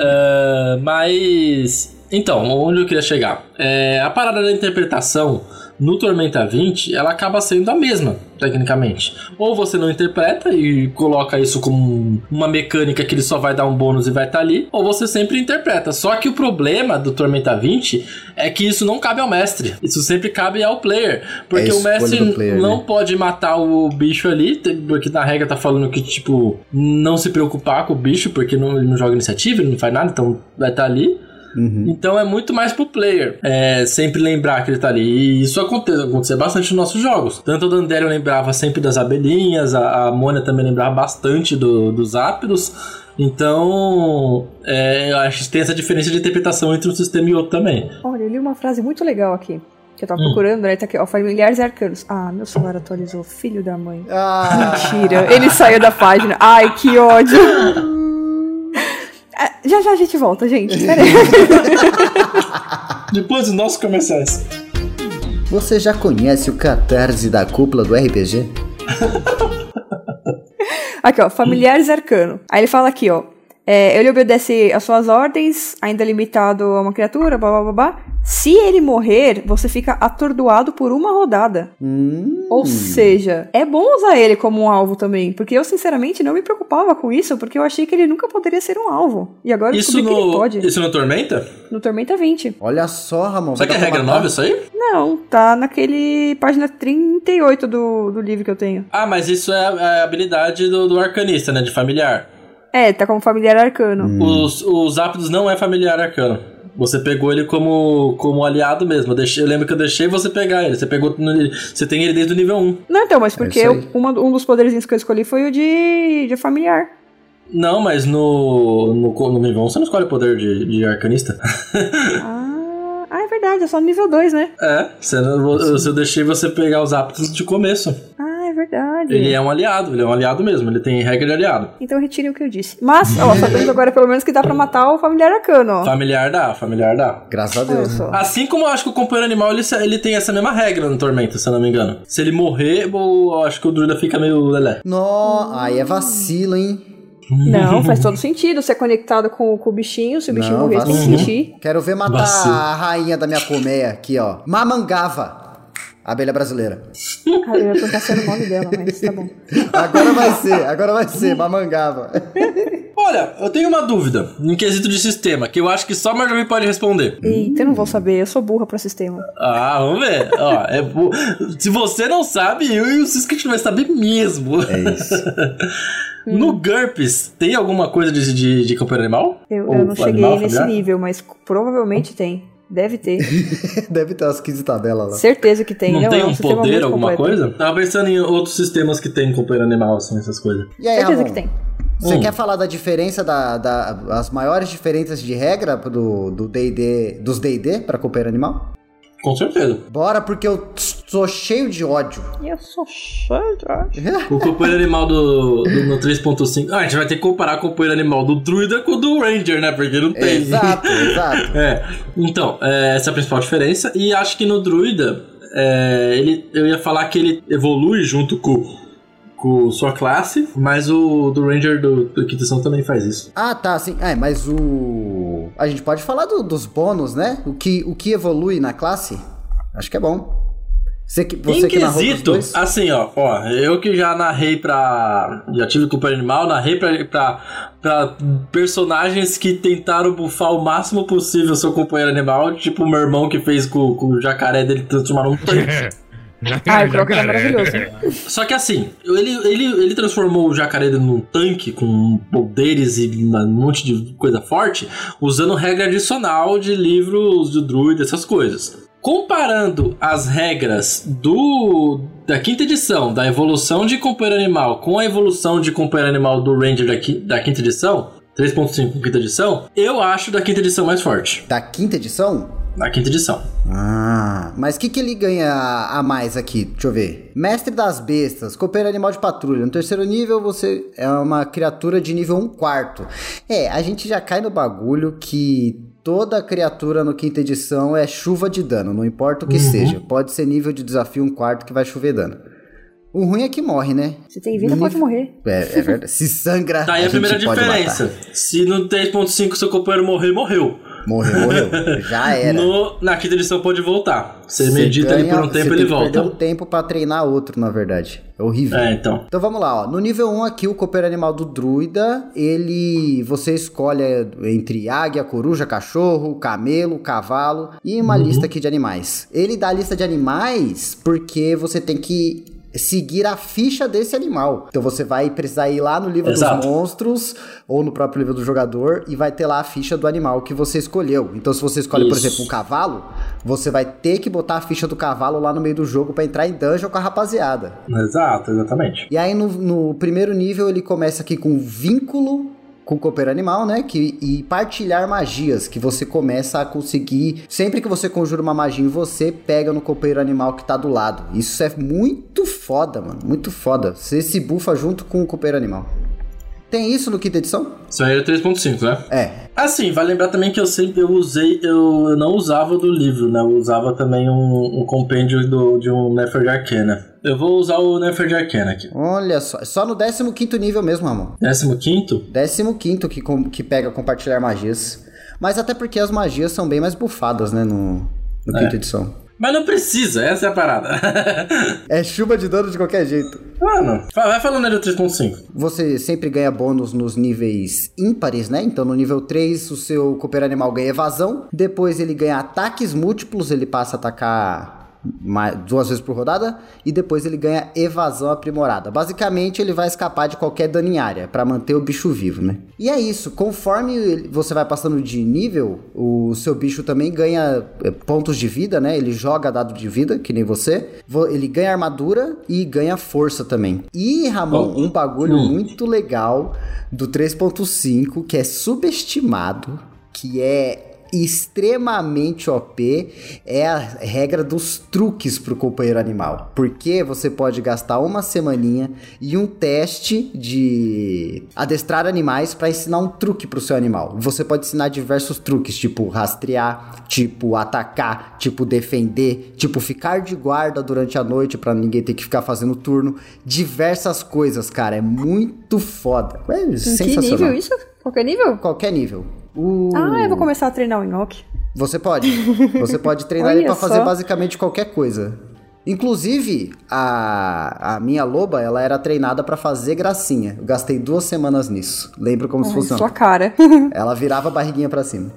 Speaker 3: Ah, mas. Então, onde eu queria chegar? É, a parada da interpretação no Tormenta 20, ela acaba sendo a mesma, tecnicamente. Ou você não interpreta e coloca isso como uma mecânica que ele só vai dar um bônus e vai estar ali, ou você sempre interpreta. Só que o problema do Tormenta 20 é que isso não cabe ao mestre. Isso sempre cabe ao player. Porque
Speaker 1: É a
Speaker 3: o
Speaker 1: escolha
Speaker 3: mestre
Speaker 1: do player,
Speaker 3: não
Speaker 1: né?
Speaker 3: pode matar o bicho ali, te- porque na regra tá falando que, tipo, não se preocupar com o bicho, porque não, ele não joga iniciativa, ele não faz nada, então vai estar ali.
Speaker 1: Uhum.
Speaker 3: Então é muito mais pro player é, sempre lembrar que ele tá ali. E isso aconte- acontecia bastante nos nossos jogos. Tanto o Dandelion lembrava sempre das abelhinhas, a, a Mônia também lembrava bastante do- dos ápidos. Então, é, eu acho que tem essa diferença de interpretação entre um sistema e outro também.
Speaker 2: Olha, eu li uma frase muito legal aqui. Que eu tava
Speaker 3: Hum.
Speaker 2: procurando, né? Tá aqui, ó. Familiares e arcanos. Ah, meu celular atualizou. Filho da mãe.
Speaker 1: Ah,
Speaker 2: Mentira, ele saiu da página. Ai, que ódio. Ah, Já já a gente volta, gente. Pera aí.
Speaker 3: Depois dos nossos comerciais.
Speaker 1: Você já conhece o catarse da cúpula do RPG?
Speaker 2: Aqui, ó, familiares arcano. Aí ele fala aqui, ó. é, ele obedece às suas ordens, ainda limitado a uma criatura, blá blá blá blá. Se ele morrer, você fica atordoado por uma rodada.
Speaker 1: Hum.
Speaker 2: Ou seja, é bom usar ele como um alvo também. Porque eu, sinceramente, não me preocupava com isso, porque eu achei que ele nunca poderia ser um alvo. E agora eu
Speaker 3: Isso
Speaker 2: descobri que ele
Speaker 3: no,
Speaker 2: pode.
Speaker 3: isso no Tormenta?
Speaker 2: No Tormenta 20.
Speaker 1: Olha só, Ramon.
Speaker 3: Será que
Speaker 1: vai
Speaker 3: é
Speaker 1: dar pra
Speaker 3: regra
Speaker 1: matar?
Speaker 3: nova isso aí?
Speaker 2: Não, tá naquele página 38 do, do livro que eu tenho.
Speaker 3: Ah, mas isso é a, a habilidade do, do arcanista, né? De familiar.
Speaker 2: É, tá como familiar
Speaker 3: Hum.
Speaker 2: arcano.
Speaker 3: Os, os ápidos não é familiar arcano. Você pegou ele como, como aliado mesmo. Eu, deixei- eu lembro que eu deixei você pegar ele. Você pegou. no- você tem ele desde o nível 1.
Speaker 2: Não, então, mas porque
Speaker 1: isso
Speaker 2: eu-
Speaker 1: aí.
Speaker 2: uma- um dos poderzinhos que eu escolhi foi o de, de familiar.
Speaker 3: Não, mas no, no, co- no nível 1 você não escolhe o poder de, de arcanista.
Speaker 2: Ah, ah, é verdade, é só no nível 2, né?
Speaker 3: É, você não- eu, eu deixei você pegar os ápidos de começo.
Speaker 2: Ah, é verdade.
Speaker 3: Ele é um aliado, ele é um aliado mesmo. Ele tem regra de aliado.
Speaker 2: Então retirem o que eu disse. Mas, ó, sabemos agora pelo menos que dá pra matar o familiar arcano, ó.
Speaker 3: Familiar dá, familiar dá.
Speaker 1: Graças a
Speaker 2: Olha
Speaker 1: Deus.
Speaker 2: só.
Speaker 3: Assim como eu acho que o companheiro animal ele, ele tem essa mesma regra no Tormenta, se eu não me engano. Se ele morrer, eu acho que o druida fica meio lelé.
Speaker 1: Nó, aí é vacilo, hein?
Speaker 2: Não, faz todo sentido ser conectado com, com o bichinho. Se o bichinho
Speaker 1: Não,
Speaker 2: morrer, você tem que
Speaker 1: vacilo.
Speaker 2: sentir.
Speaker 1: Quero ver matar
Speaker 3: Vacilo.
Speaker 1: a rainha da minha colmeia aqui, ó. Mamangava. Abelha brasileira.
Speaker 2: Ah, eu já tô caçando o nome dela, mas tá bom.
Speaker 1: Agora vai ser, agora vai ser, mamangava.
Speaker 3: Olha, eu tenho uma dúvida em quesito de sistema, que eu acho que só a Marjorie pode responder.
Speaker 1: Hum.
Speaker 2: Eita, eu não vou saber, eu sou burra pra sistema.
Speaker 3: Ah, vamos ver. Ó, é bu- se você não sabe, eu e o Cisco a gente não vai saber mesmo.
Speaker 1: É isso.
Speaker 3: No GURPS, tem alguma coisa de, de, de campanha animal?
Speaker 2: Eu,
Speaker 3: Ou
Speaker 2: eu não cheguei
Speaker 3: animal,
Speaker 2: nesse
Speaker 3: familiar?
Speaker 2: nível, mas provavelmente tem. Deve ter.
Speaker 1: Deve ter umas 15 tabelas lá.
Speaker 2: Certeza que tem.
Speaker 3: Não, tem
Speaker 2: é
Speaker 3: um
Speaker 2: sistema
Speaker 3: poder,
Speaker 2: muito
Speaker 3: alguma
Speaker 2: completo.
Speaker 3: coisa? Tava pensando em outros sistemas que tem companheiro animal, assim, essas coisas.
Speaker 1: E aí,
Speaker 2: Certeza
Speaker 1: Ramon?
Speaker 2: que tem.
Speaker 1: Você
Speaker 3: Hum.
Speaker 1: quer falar da diferença da, da- as maiores diferenças de regra do do D&D, dos D&D pra companheiro animal?
Speaker 3: Com certeza.
Speaker 1: Bora, porque eu sou cheio de ódio.
Speaker 2: E eu sou chata.
Speaker 3: O companheiro animal do, do no 3.5. Ah, a gente vai ter que comparar o companheiro animal do Druida com o do Ranger, né? Porque não tem.
Speaker 1: exato, exato.
Speaker 3: É, então, é, essa é a principal diferença. E acho que no Druida, é, ele, eu ia falar que ele evolui junto com, com sua classe, mas o do Ranger do, do Quitação também faz isso.
Speaker 1: Ah, tá, sim. Ah, mas o... A gente pode falar do- dos bônus, né? O que, o que evolui na classe? Acho que é bom. Você que, você que narrou os
Speaker 3: Inquisito,
Speaker 1: dois.
Speaker 3: assim, ó, ó, eu que já narrei pra. Já tive culpa animal, narrei pra, pra, pra personagens que tentaram bufar o máximo possível seu companheiro animal, tipo o meu irmão que fez com, com o jacaré dele transformar num tanque.
Speaker 2: Ah, o Croc era maravilhoso.
Speaker 3: Só que assim, ele, ele, ele transformou o jacaré num tanque com poderes e um monte de coisa forte, usando regra adicional de livros de druida, essas coisas. Comparando as regras do da quinta edição, da evolução de companheiro animal, com a evolução de companheiro animal do Ranger da, qui- da quinta edição, 3.5 quinta edição, eu acho da quinta edição mais forte.
Speaker 1: Da quinta edição?
Speaker 3: na quinta edição.
Speaker 1: Ah, mas o que, que ele ganha a mais aqui? Deixa eu ver. Mestre das bestas, copeiro animal de patrulha. No terceiro nível, você é uma criatura de nível 1 quarto. É, a gente já cai no bagulho que toda criatura no quinta edição é chuva de dano, não importa o que seja. Pode ser nível de desafio 1 quarto que vai chover dano. O ruim é que morre, né?
Speaker 2: Você tem vida,
Speaker 1: Hum.
Speaker 2: pode morrer.
Speaker 1: É, é verdade. Se sangra,
Speaker 3: Tá aí a
Speaker 1: gente
Speaker 3: primeira
Speaker 1: pode
Speaker 3: diferença.
Speaker 1: matar.
Speaker 3: Se no 3.5 seu companheiro morrer, morreu.
Speaker 1: Morreu, morreu. Já era.
Speaker 3: No, na quinta edição pode voltar. Você,
Speaker 1: Você
Speaker 3: medita ele por
Speaker 1: ganha-
Speaker 3: um
Speaker 1: você
Speaker 3: tempo
Speaker 1: tem
Speaker 3: ele
Speaker 1: que perder um
Speaker 3: volta.
Speaker 1: tempo pra treinar outro, na verdade. É horrível.
Speaker 3: É, então.
Speaker 1: Então vamos lá, ó. No nível 1 aqui, o copeiro animal do druida, ele... Você escolhe entre águia, coruja, cachorro, camelo, cavalo e
Speaker 3: Uhum.
Speaker 1: uma lista aqui de animais. Ele dá a lista de animais porque você tem que seguir a ficha desse animal. Então você vai precisar ir lá no livro dos
Speaker 3: Exato.
Speaker 1: monstros ou no próprio livro do jogador e vai ter lá a ficha do animal que você escolheu. Então se você escolhe, por
Speaker 3: Isso.
Speaker 1: exemplo, um cavalo, você vai ter que botar a ficha do cavalo lá no meio do jogo pra entrar em dungeon com a rapaziada.
Speaker 3: Exato, exatamente.
Speaker 1: E aí no, no primeiro nível ele começa aqui com vínculo com o copeiro animal, né? Que, e partilhar magias, que você começa a conseguir. Sempre que você conjura uma magia em você, pega no copeiro animal que tá do lado. Isso é muito foda, mano. Muito foda. Você se bufa junto com o copeiro animal. Tem isso no quinta edição?
Speaker 3: Isso aí é 3.5, né?
Speaker 1: É.
Speaker 3: Assim, vai lembrar também que eu sempre eu usei, eu, eu não usava o do livro, né? Eu usava também um, um compêndio do, de um Nefer de Arcana. Eu vou usar o Nefer de Arcana aqui.
Speaker 1: Olha só. é Só no 15 nível mesmo, Ramon.
Speaker 3: 15?
Speaker 1: 15 que, com- que pega compartilhar magias. Mas até porque as magias são bem mais bufadas, né? No, no quinta edição.
Speaker 3: Mas não precisa, essa é a parada.
Speaker 1: É chuva de dano de qualquer jeito.
Speaker 3: Mano, fa- vai falando aí do 3.5.
Speaker 1: Você sempre ganha bônus nos níveis ímpares, né? Então no nível 3, o seu cooper animal ganha evasão. Depois ele ganha ataques múltiplos, ele passa a atacar ma- duas vezes por rodada. E depois ele ganha evasão aprimorada. Basicamente, ele vai escapar de qualquer dano em área, pra manter o bicho vivo, né? E é isso. Conforme ele- você vai passando de nível, o seu bicho também ganha eh, pontos de vida, né? Ele joga dado de vida, que nem você. Vo- Ele ganha armadura e ganha força também. E, Ramon,
Speaker 3: Bom,
Speaker 1: um bagulho
Speaker 3: hum.
Speaker 1: muito legal do 3.5 que é subestimado, que é extremamente OP, é a regra dos truques pro companheiro animal. Porque você pode gastar uma semaninha e um teste de adestrar animais para ensinar um truque pro seu animal. Você pode ensinar diversos truques, tipo rastrear, tipo atacar, tipo defender, tipo ficar de guarda durante a noite pra ninguém ter que ficar fazendo turno, diversas coisas, cara, é muito foda. É
Speaker 2: Em que
Speaker 1: sensacional. Uh.
Speaker 2: nível isso? Qualquer nível?
Speaker 1: Qualquer nível. O-
Speaker 2: Ah, eu vou começar a treinar o Enoch.
Speaker 1: Você pode. Você pode treinar
Speaker 2: Olha
Speaker 1: ele pra fazer
Speaker 2: só.
Speaker 1: basicamente qualquer coisa. Inclusive, a, a minha loba, ela era treinada pra fazer gracinha. Eu gastei duas semanas nisso. Lembro como se
Speaker 2: Ai,
Speaker 1: fosse
Speaker 2: sua
Speaker 1: ontem.
Speaker 2: cara.
Speaker 1: Ela virava a barriguinha pra cima.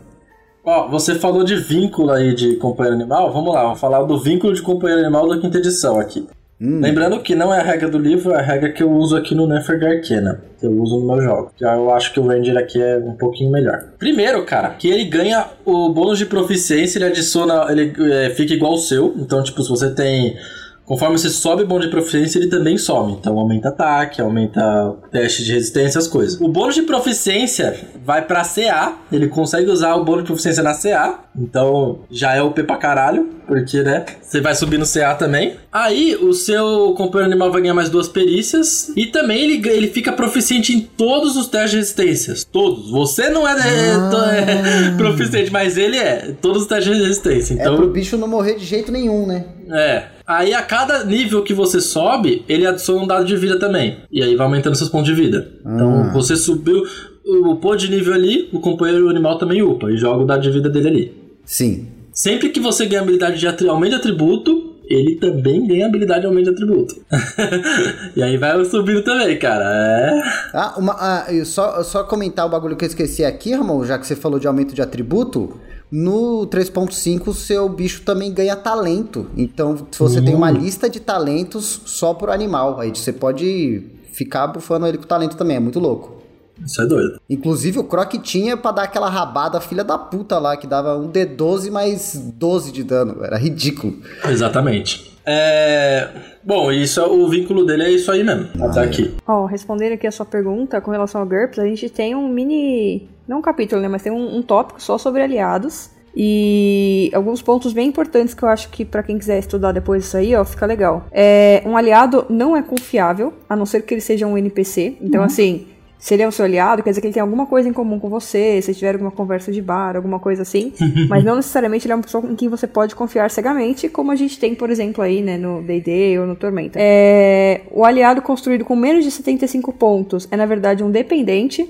Speaker 3: Ó, você falou de vínculo aí de companheiro animal. Vamos lá, vou falar do vínculo de companheiro animal da quinta edição aqui.
Speaker 1: Hum.
Speaker 3: Lembrando que não é a regra do livro, é a regra que eu uso aqui no Nefer de Arcana, que eu uso no meu jogo. Já eu acho que o Ranger aqui é um pouquinho melhor. Primeiro, cara, que ele ganha o bônus de proficiência, ele adiciona, ele é, fica igual ao seu. Então, tipo, se você tem. Conforme você sobe o bônus de proficiência, ele também sobe. Então aumenta ataque, aumenta teste de resistência, as coisas. O bônus de proficiência vai pra CA, ele consegue usar o bônus de proficiência na CA. Então já é OP pra caralho, porque, né, você vai subir no CA também. Aí o seu companheiro animal vai ganhar mais duas perícias. E também ele, ganha- ele fica proficiente em todos os testes de resistências. Todos. Você não é, é, to- é proficiente, mas ele é. Todos os testes de resistência.
Speaker 1: É
Speaker 3: Então
Speaker 1: pro bicho não morrer de jeito nenhum, né?
Speaker 3: é. Aí a cada nível que você sobe, ele adiciona um dado de vida também. E aí vai aumentando seus pontos de vida.
Speaker 1: Ah.
Speaker 3: Então você subiu, upou de nível ali, o companheiro animal também upa e joga o dado de vida dele ali.
Speaker 1: Sim.
Speaker 3: Sempre que você ganha habilidade de atri- aumento de atributo, ele também ganha habilidade de aumento de atributo. e aí vai subindo também, cara. É.
Speaker 1: Ah, uma, ah, eu só, só comentar o bagulho que eu esqueci aqui, Ramon, já que você falou de aumento de atributo. No 3.5, seu bicho também ganha talento. Então, se você tem uma lista de talentos só pro animal. Aí você pode ficar bufando ele com talento também, é muito louco.
Speaker 3: Isso é doido.
Speaker 1: Inclusive, o Croc tinha pra dar aquela rabada filha da puta lá, que dava um D12 mais 12 de dano. Era ridículo.
Speaker 3: Exatamente. É. Bom, isso é- o vínculo dele é isso aí mesmo. até aqui.
Speaker 2: Ó, respondendo aqui a sua pergunta com relação ao GURPS, a gente tem um mini. Não um capítulo, né? Mas tem um, um tópico só sobre aliados. E alguns pontos bem importantes que eu acho que pra quem quiser estudar depois isso aí, ó, fica legal. É, um aliado não é confiável, a não ser que ele seja um NPC. Então, assim, se ele é o seu aliado, quer dizer que ele tem alguma coisa em comum com você, se tiver alguma conversa de bar, alguma coisa assim. mas não necessariamente ele é uma pessoa em quem você pode confiar cegamente, como a gente tem, por exemplo, aí, né, no D&D ou no Tormenta. É, o aliado construído com menos de 75 pontos é, na verdade, um dependente.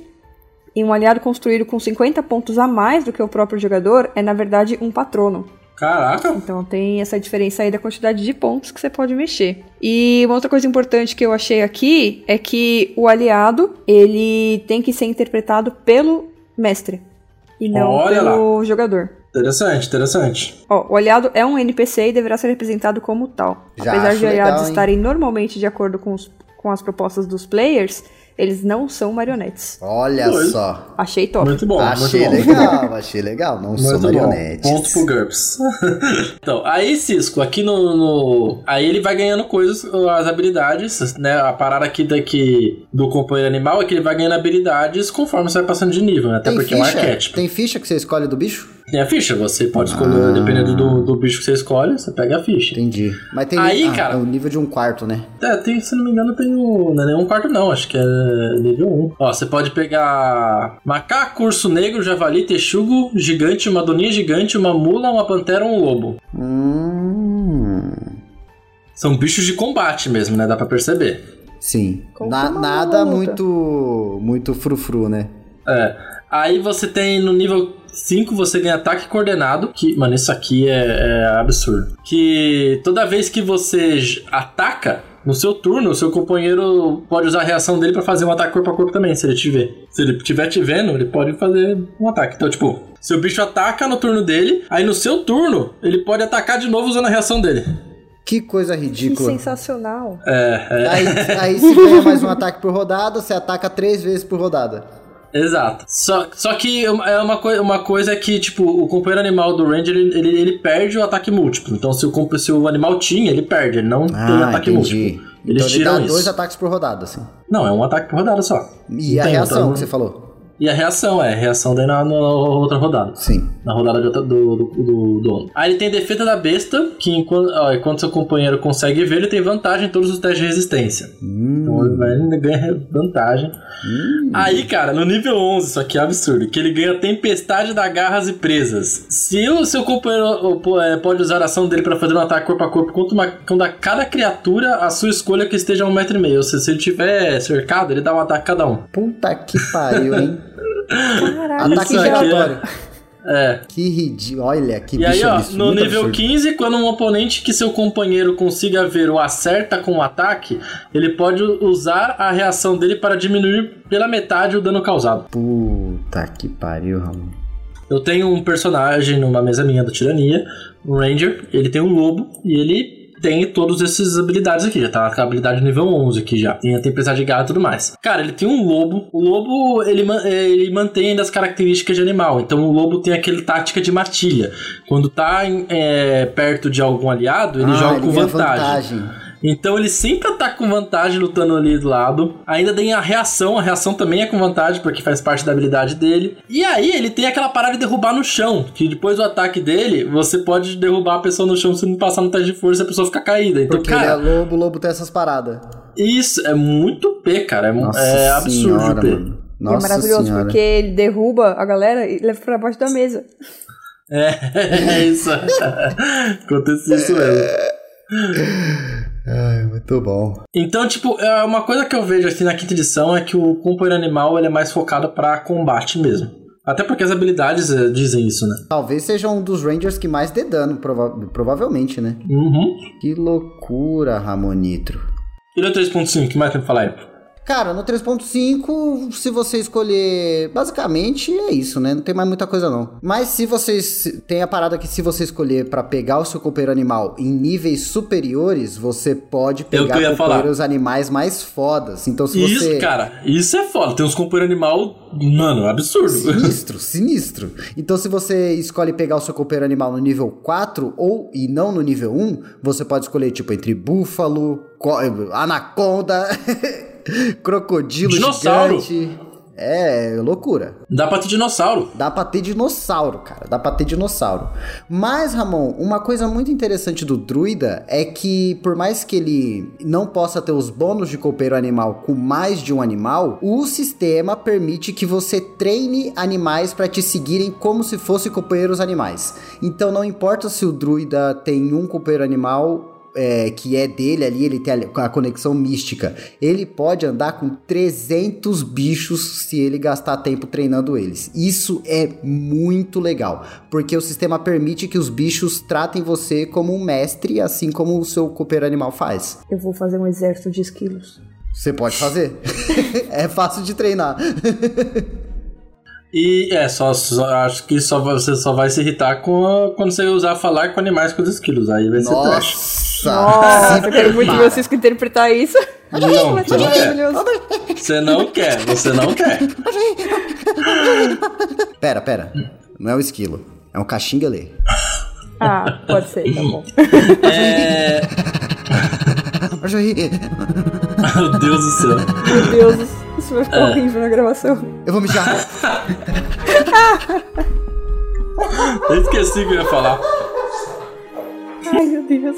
Speaker 2: E um aliado construído com 50 pontos a mais do que o próprio jogador é, na verdade, um patrono.
Speaker 3: Caraca.
Speaker 2: Então tem essa diferença aí da quantidade de pontos que você pode mexer. E uma outra coisa importante que eu achei aqui é que o aliado, ele tem que ser interpretado pelo mestre e não
Speaker 3: Olha
Speaker 2: pelo jogador.
Speaker 3: Interessante, interessante.
Speaker 2: Ó, o aliado é um NPC e deverá ser representado como tal.
Speaker 1: Já
Speaker 2: Apesar
Speaker 1: acho
Speaker 2: de aliados
Speaker 1: legal, hein?
Speaker 2: estarem normalmente de acordo com, os- com as propostas dos players, eles não são marionetes.
Speaker 1: Olha
Speaker 3: Oi.
Speaker 1: só.
Speaker 2: Achei top.
Speaker 3: Muito bom,
Speaker 1: achei
Speaker 3: muito bom.
Speaker 1: legal, achei legal. Não sou
Speaker 3: Muito
Speaker 1: marionete.
Speaker 3: bom. Ponto pro GURPS. então, aí Cisco, aqui no, no- Aí ele vai ganhando coisas, as habilidades, né? A parada aqui daqui do companheiro animal é que ele vai ganhando habilidades conforme você vai passando de nível, né? Até
Speaker 1: Tem
Speaker 3: porque é um
Speaker 1: ficha?
Speaker 3: arquétipo.
Speaker 1: Tem ficha que você escolhe do bicho?
Speaker 3: Tem a ficha, você pode escolher,
Speaker 1: Ah.
Speaker 3: dependendo do, do bicho que você escolhe, você pega a ficha.
Speaker 1: Entendi. Mas tem
Speaker 3: Aí,
Speaker 1: ah,
Speaker 3: cara-
Speaker 1: é o nível de um quarto, né?
Speaker 3: É, tem, se não me engano, tem o. Não é nem um quarto, não, acho que é nível 1. Ó, você pode pegar macaco, urso negro, javali, texugo, gigante, uma doninha gigante, uma mula, uma pantera um lobo.
Speaker 1: Hum.
Speaker 3: São bichos de combate mesmo, né? Dá pra perceber.
Speaker 1: Sim.
Speaker 2: Como
Speaker 1: Na-
Speaker 2: que é uma
Speaker 1: nada
Speaker 2: luta?
Speaker 1: muito muito frufru, né?
Speaker 3: É. Aí você tem no nível 5 você ganha ataque coordenado. Que, mano, isso aqui é, é absurdo. Que toda vez que você j- ataca. No seu turno, o seu companheiro pode usar a reação dele pra fazer um ataque corpo a corpo também, se ele te ver. Se ele estiver te vendo, ele pode fazer um ataque. Então, tipo, seu bicho ataca no turno dele, aí no seu turno, ele pode atacar de novo usando a reação dele.
Speaker 1: Que coisa
Speaker 2: Que
Speaker 1: ridícula.
Speaker 2: sensacional.
Speaker 3: É,
Speaker 1: Aí, aí se ganha mais um ataque por rodada, você ataca três vezes por rodada.
Speaker 3: Exato. Só, só que é uma, coi uma coisa que, tipo, o companheiro animal do Ranger, ele, ele, ele perde o ataque múltiplo. Então, se o, comp- se o animal tinha, ele perde. Ele não tem um
Speaker 1: Ah,
Speaker 3: ataque
Speaker 1: entendi.
Speaker 3: múltiplo. Eles
Speaker 1: Então ele
Speaker 3: tiram
Speaker 1: dá
Speaker 3: isso.
Speaker 1: dois ataques por rodada, assim.
Speaker 3: Não, é um ataque por rodada só.
Speaker 1: E a
Speaker 3: Tem
Speaker 1: reação
Speaker 3: outra-
Speaker 1: que você falou.
Speaker 3: E a reação, é. A reação daí na, na outra rodada.
Speaker 1: Sim.
Speaker 3: Na rodada de outra- do, do, do dono. Aí ele tem defesa da besta, que enquanto, ó, enquanto seu companheiro consegue ver, ele tem vantagem em todos os testes de resistência. Então ele vai- ele ganha vantagem. Aí, cara, no nível 11, isso aqui é absurdo, que ele ganha tempestade da garras e presas. Se o seu companheiro ó, pô, é, pode usar a ação dele pra fazer um ataque corpo a corpo contra, uma, contra cada criatura, a sua escolha que esteja a um metro e meio. Ou seja, se ele tiver cercado, ele dá um ataque a cada um.
Speaker 1: Puta que pariu, hein?
Speaker 2: Caraca,
Speaker 1: ataque
Speaker 2: que
Speaker 3: aqui
Speaker 2: já...
Speaker 1: aleatório.
Speaker 3: É.
Speaker 1: Que ridículo. Olha, que
Speaker 3: E
Speaker 1: bicho
Speaker 3: aí, ó,
Speaker 1: absurdo,
Speaker 3: no
Speaker 1: muito
Speaker 3: nível
Speaker 1: absurdo.
Speaker 3: 15, quando um oponente que seu companheiro consiga ver o acerta com o ataque, ele pode usar a reação dele para diminuir pela metade o dano causado.
Speaker 1: Puta que pariu, Ramon.
Speaker 3: Eu tenho um personagem numa mesa minha do Tirania, um Ranger, ele tem um lobo e ele tem todas essas habilidades aqui, já tá com a habilidade nível 11 aqui já, tem a tempestade de garra e tudo mais. Cara, ele tem um lobo, o lobo ele, ma- eh, ele mantém ainda as características de animal, então o lobo tem aquele tática de matilha, quando tá em, eh, perto de algum aliado, ele
Speaker 1: Ah,
Speaker 3: joga com
Speaker 1: ganha
Speaker 3: vantagem. Então ele sempre tá com vantagem lutando ali do lado. Ainda tem a reação, a reação também é com vantagem, porque faz parte da habilidade dele. E aí ele tem aquela parada de derrubar no chão, que depois do ataque dele, você pode derrubar a pessoa no chão se não passar no teste de força, a pessoa fica caída. Então,
Speaker 1: Porque
Speaker 3: cara,
Speaker 1: ele é lobo, o lobo tem essas paradas.
Speaker 3: isso é muito P, cara. É, mu- é absurdo
Speaker 1: senhora,
Speaker 3: P.
Speaker 1: mano.
Speaker 2: E é
Speaker 1: Nossa
Speaker 2: maravilhoso
Speaker 1: senhora.
Speaker 2: porque ele derruba a galera e leva pra baixo da mesa.
Speaker 3: É, é isso. Acontece isso mesmo.
Speaker 1: Ai, muito bom.
Speaker 3: Então, tipo, é uma coisa que eu vejo assim na quinta edição é que o companheiro animal ele é mais focado pra combate mesmo. Até porque as habilidades eh, dizem isso, né?
Speaker 1: Talvez seja um dos Rangers que mais dê dano, prova- provavelmente, né?
Speaker 3: Uhum.
Speaker 1: Que loucura, Ramonitro.
Speaker 3: E no 3.5, o que mais tem pra falar aí?
Speaker 1: Cara, no 3.5, se você escolher. Basicamente é isso, né? Não tem mais muita coisa, não. Mas se vocês. Tem a parada que se você escolher pra pegar o seu companheiro animal em níveis superiores, você pode
Speaker 3: É que eu
Speaker 1: pegar
Speaker 3: ia falar.
Speaker 1: companheiros animais mais fodas. Então se
Speaker 3: Isso,
Speaker 1: você.
Speaker 3: cara, isso é foda. Tem uns companheiros animal, mano, é absurdo.
Speaker 1: Sinistro, sinistro. Então, se você escolhe pegar o seu companheiro animal no nível 4 ou e não no nível 1, você pode escolher, tipo, entre búfalo, co- anaconda, crocodilo
Speaker 3: Dinossauro.
Speaker 1: gigante. É loucura.
Speaker 3: Dá pra ter dinossauro.
Speaker 1: Dá pra ter dinossauro, cara. Dá pra ter dinossauro. Mas, Ramon, uma coisa muito interessante do druida é que, por mais que ele não possa ter os bônus de copeiro animal com mais de um animal, o sistema permite que você treine animais pra te seguirem como se fosse companheiros animais. Então, não importa se o druida tem um companheiro animal é, que é dele ali, ele tem a, a conexão mística. Ele pode andar com 300 bichos se ele gastar tempo treinando eles. Isso é muito legal, porque o sistema permite que os bichos tratem você como um mestre, assim como o seu copeiro animal faz.
Speaker 2: Eu vou fazer um exército de esquilos.
Speaker 1: Você pode fazer. é fácil de treinar.
Speaker 3: E é, só, só- acho que só, vai- você só vai se irritar com a- quando você usar falar com animais com os esquilos. Aí
Speaker 1: tá-
Speaker 3: vai ser trash.
Speaker 1: Nossa,
Speaker 2: Nossa, eu quero muito ver vocês que interpretar isso.
Speaker 3: Não,
Speaker 2: Vai
Speaker 3: você
Speaker 2: ser
Speaker 3: não quer.
Speaker 2: maravilhoso.
Speaker 3: Você não quer, você não quer.
Speaker 1: Pera, pera. Não é um esquilo. É um caxinguelê.
Speaker 2: Ah, pode ser, tá bom.
Speaker 3: É. Meu Deus do céu.
Speaker 2: Meu Deus, isso vai
Speaker 3: É.
Speaker 2: ficar horrível na gravação.
Speaker 1: Eu vou mijar.
Speaker 3: Eu esqueci o que eu ia falar.
Speaker 2: Ai, meu Deus.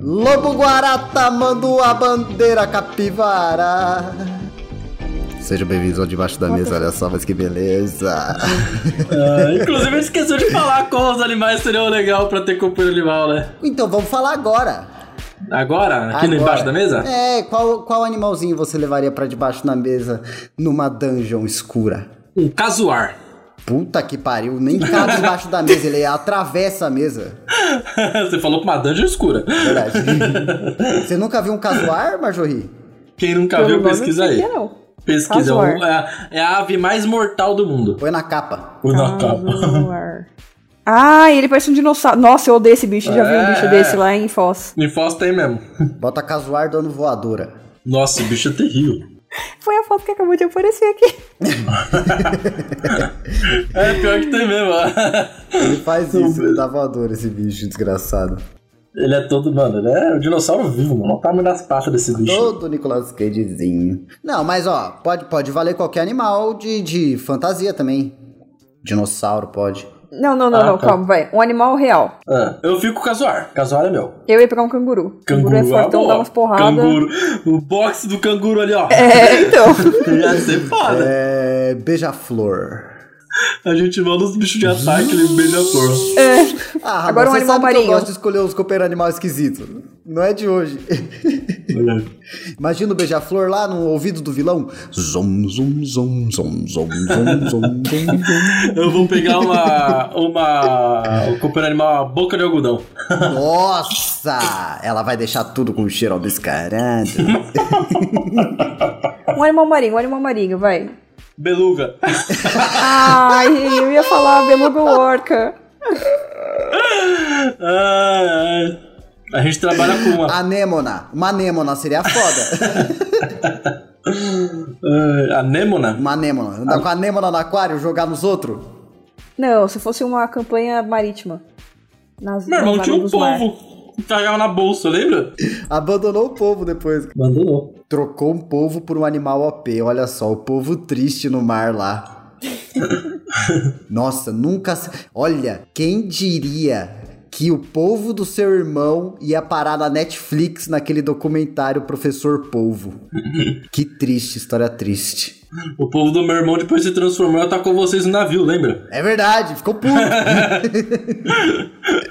Speaker 1: Lobo Guarata mandou a bandeira capivara. Sejam bem-vindos ao Debaixo da Mesa, olha só, mas que beleza.
Speaker 3: Ah, inclusive, ele esqueceu de falar qual os animais seriam legal pra ter companheiro animal, né?
Speaker 1: Então, vamos falar agora.
Speaker 3: Agora? Aqui
Speaker 1: Agora.
Speaker 3: no embaixo da mesa?
Speaker 1: É, qual, qual animalzinho você levaria pra debaixo da mesa numa dungeon escura?
Speaker 3: Um casuar.
Speaker 1: Puta que pariu, nem cabe debaixo da mesa, ele atravessa a mesa.
Speaker 3: Você falou com uma dungeon escura.
Speaker 1: Verdade. Você nunca viu um casuar, Marjorie?
Speaker 3: Quem nunca
Speaker 2: Pelo
Speaker 3: Tá, viu,
Speaker 2: nome
Speaker 3: pesquisa
Speaker 2: não sei
Speaker 3: aí.
Speaker 2: o que é, não.
Speaker 3: Pesquisa. é
Speaker 2: Casuar.
Speaker 3: o- É, a- é a ave mais mortal do mundo.
Speaker 1: Põe na capa.
Speaker 3: O
Speaker 2: Tá,
Speaker 3: Natal.
Speaker 2: Casuar. Ah, ele parece um dinossauro. Nossa, eu odeio esse bicho. Já vi um
Speaker 3: É.
Speaker 2: bicho desse lá em Foz.
Speaker 3: Em Foz tem mesmo.
Speaker 1: Bota casuar dando voadora.
Speaker 3: Nossa, o bicho é terrível.
Speaker 2: Foi a foto que acabou de aparecer aqui.
Speaker 3: É, pior que tem mesmo.
Speaker 1: Ele faz isso, ele dá voadora esse bicho desgraçado.
Speaker 3: Ele é todo, mano, ele é o dinossauro vivo, mano. Olha o tamanho das patas desse bicho.
Speaker 1: Todo Nicolas Cagezinho. Não, mas ó, pode, pode valer qualquer animal de, de fantasia também. Dinossauro pode.
Speaker 2: Não, não, não,
Speaker 3: Ah,
Speaker 2: não.
Speaker 3: tá.
Speaker 2: Calma, vai. Um animal real.
Speaker 3: É, eu fico com o casuar. Casuar é meu.
Speaker 2: Eu ia pegar um canguru.
Speaker 3: Canguru, ah,
Speaker 2: é fortão,
Speaker 3: boa.
Speaker 2: dá umas porradas.
Speaker 3: Canguru. O boxe do canguru ali, ó.
Speaker 2: É, então.
Speaker 3: Ia ser foda.
Speaker 1: É. Beija-flor.
Speaker 3: A gente manda os bichos de ataque, ele beija a flor.
Speaker 1: Ah, Ramon,
Speaker 2: Agora um
Speaker 1: você
Speaker 2: animal
Speaker 1: sabe que
Speaker 2: marinho.
Speaker 1: eu gosto de escolher os companheiros animal esquisito. Não é de hoje.
Speaker 3: É.
Speaker 1: Imagina o beija-flor lá no ouvido do vilão. Zum, zum, zum, zum, zum, zum, zum, zum, zum.
Speaker 3: Eu vou pegar uma. Uma. O companheiro animal, uma boca de algodão.
Speaker 1: Nossa! Ela vai deixar tudo com cheiro obscarado.
Speaker 2: Um animal marinho, um animal marinho, vai.
Speaker 3: Beluga.
Speaker 2: Ai, eu ia falar beluga ou orca.
Speaker 3: Ah, é. a gente trabalha com uma.
Speaker 1: Anêmona. Uma anêmona seria foda.
Speaker 3: Ah, anêmona?
Speaker 1: Uma anêmona. Andar com a anêmona no aquário, jogar nos outros.
Speaker 2: Não, se fosse uma campanha marítima. Nas,
Speaker 3: Meu irmão
Speaker 2: nas
Speaker 3: tinha um
Speaker 2: águas do mar.
Speaker 3: polvo. que Carregava na bolsa, lembra?
Speaker 1: Abandonou o povo depois.
Speaker 3: Mandou.
Speaker 1: Trocou um povo por um animal OP. Olha só, o povo triste no mar lá. Nossa, nunca. se- Olha, quem diria que o povo do seu irmão ia parar na Netflix naquele documentário Professor Polvo? que triste, história triste.
Speaker 3: O povo do meu irmão depois se transformou e atacou vocês no navio, lembra?
Speaker 1: É verdade, ficou puto.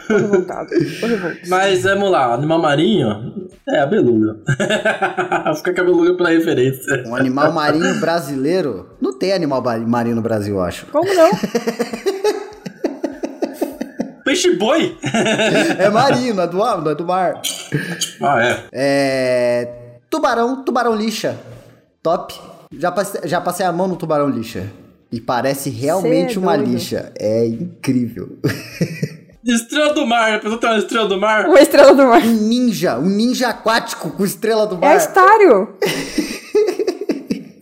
Speaker 2: Tô revoltado. Tô revoltado.
Speaker 3: Mas vamos lá, animal marinho é a beluga. Fica com a beluga pela referência.
Speaker 1: um animal marinho brasileiro. Não tem animal ba- marinho no Brasil, eu acho.
Speaker 2: Como não?
Speaker 3: Peixe boi!
Speaker 1: É marinho, não é do, não é do mar.
Speaker 3: Ah, é.
Speaker 1: É. Tubarão, tubarão lixa. Top. Já passe- já passei, a mão no tubarão lixa. E parece realmente
Speaker 2: Cê é
Speaker 1: uma
Speaker 2: doido.
Speaker 1: lixa. É incrível.
Speaker 3: Estrela do mar, a pessoa tem uma estrela do mar.
Speaker 2: Uma estrela do mar.
Speaker 1: Um ninja, um ninja aquático com estrela do
Speaker 2: É a
Speaker 1: mar.
Speaker 2: Estário.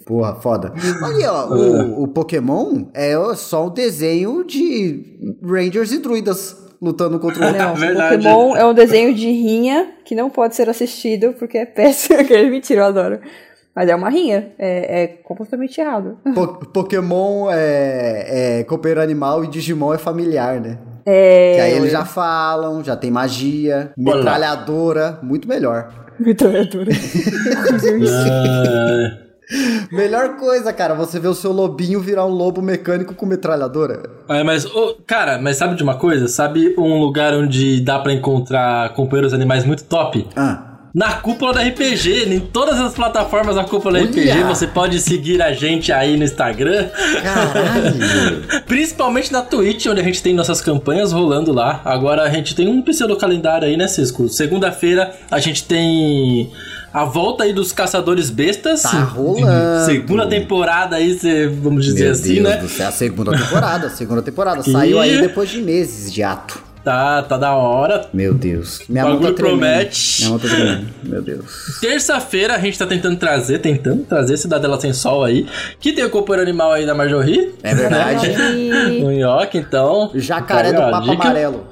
Speaker 1: Porra, foda. Olha, ó, o, o Pokémon é só um desenho de Rangers e druidas lutando contra o outro.
Speaker 2: Não,
Speaker 3: É, verdade.
Speaker 2: Pokémon é um desenho de rinha que não pode ser assistido porque é péssimo. Aquele mentira, eu adoro. Mas é uma rinha. É, é completamente errado.
Speaker 1: Po- Pokémon é, é companheiro animal e Digimon é familiar, né?
Speaker 2: É.
Speaker 1: que aí eles já falam, já tem magia,
Speaker 3: Olá.
Speaker 1: metralhadora, muito melhor.
Speaker 2: Metralhadora.
Speaker 3: Ah,
Speaker 1: Melhor coisa, cara, você ver o seu lobinho virar um lobo mecânico com metralhadora.
Speaker 3: é, mas, ô, cara, mas sabe de uma coisa? Sabe um lugar onde dá pra encontrar companheiros animais muito top?
Speaker 1: Ah,
Speaker 3: Na cúpula da RPG, em todas as plataformas da cúpula da
Speaker 1: Olha!
Speaker 3: RPG, você pode seguir a gente aí no Instagram,
Speaker 1: caralho!
Speaker 3: principalmente na Twitch, onde a gente tem nossas campanhas rolando lá. Agora a gente tem um pseudo calendário aí, né, Cisco? Segunda-feira a gente tem a volta aí dos Caçadores Bestas.
Speaker 1: Tá rolando.
Speaker 3: Segunda temporada aí, cê- vamos dizer
Speaker 1: Meu
Speaker 3: assim,
Speaker 1: Deus
Speaker 3: né?
Speaker 1: do céu, a segunda temporada, a segunda temporada. Saiu aí
Speaker 3: E-
Speaker 1: depois de meses de ato.
Speaker 3: Tá, tá da hora.
Speaker 1: Meu Deus. Minha
Speaker 3: Bagulho
Speaker 1: mão tá tremendo.
Speaker 3: promete.
Speaker 1: Minha mão tá tremendo. Meu Deus.
Speaker 3: Terça-feira a gente tá tentando trazer, tentando trazer Cidadela Sem Sol aí, que tem o companheiro animal aí da Marjorie.
Speaker 1: É verdade.
Speaker 2: E-
Speaker 3: O nhoque, então.
Speaker 1: Jacaré do
Speaker 3: Tá aí, ó,
Speaker 1: Papa
Speaker 3: dica.
Speaker 1: Amarelo.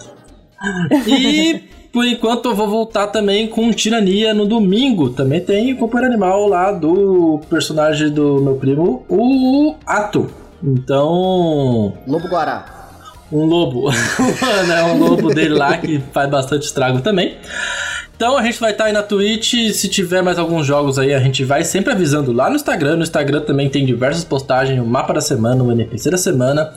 Speaker 3: E por enquanto eu vou voltar também com Tirania no domingo. Também tem o companheiro animal lá do personagem do meu primo, o Ato. Então,
Speaker 1: Lobo Guará.
Speaker 3: um lobo. Mano, é um lobo dele lá que faz bastante estrago também. Então a gente vai estar aí na Twitch. Se tiver mais alguns jogos aí, a gente vai sempre avisando lá no Instagram. No Instagram também tem diversas postagens, o mapa da semana, o NPC da semana.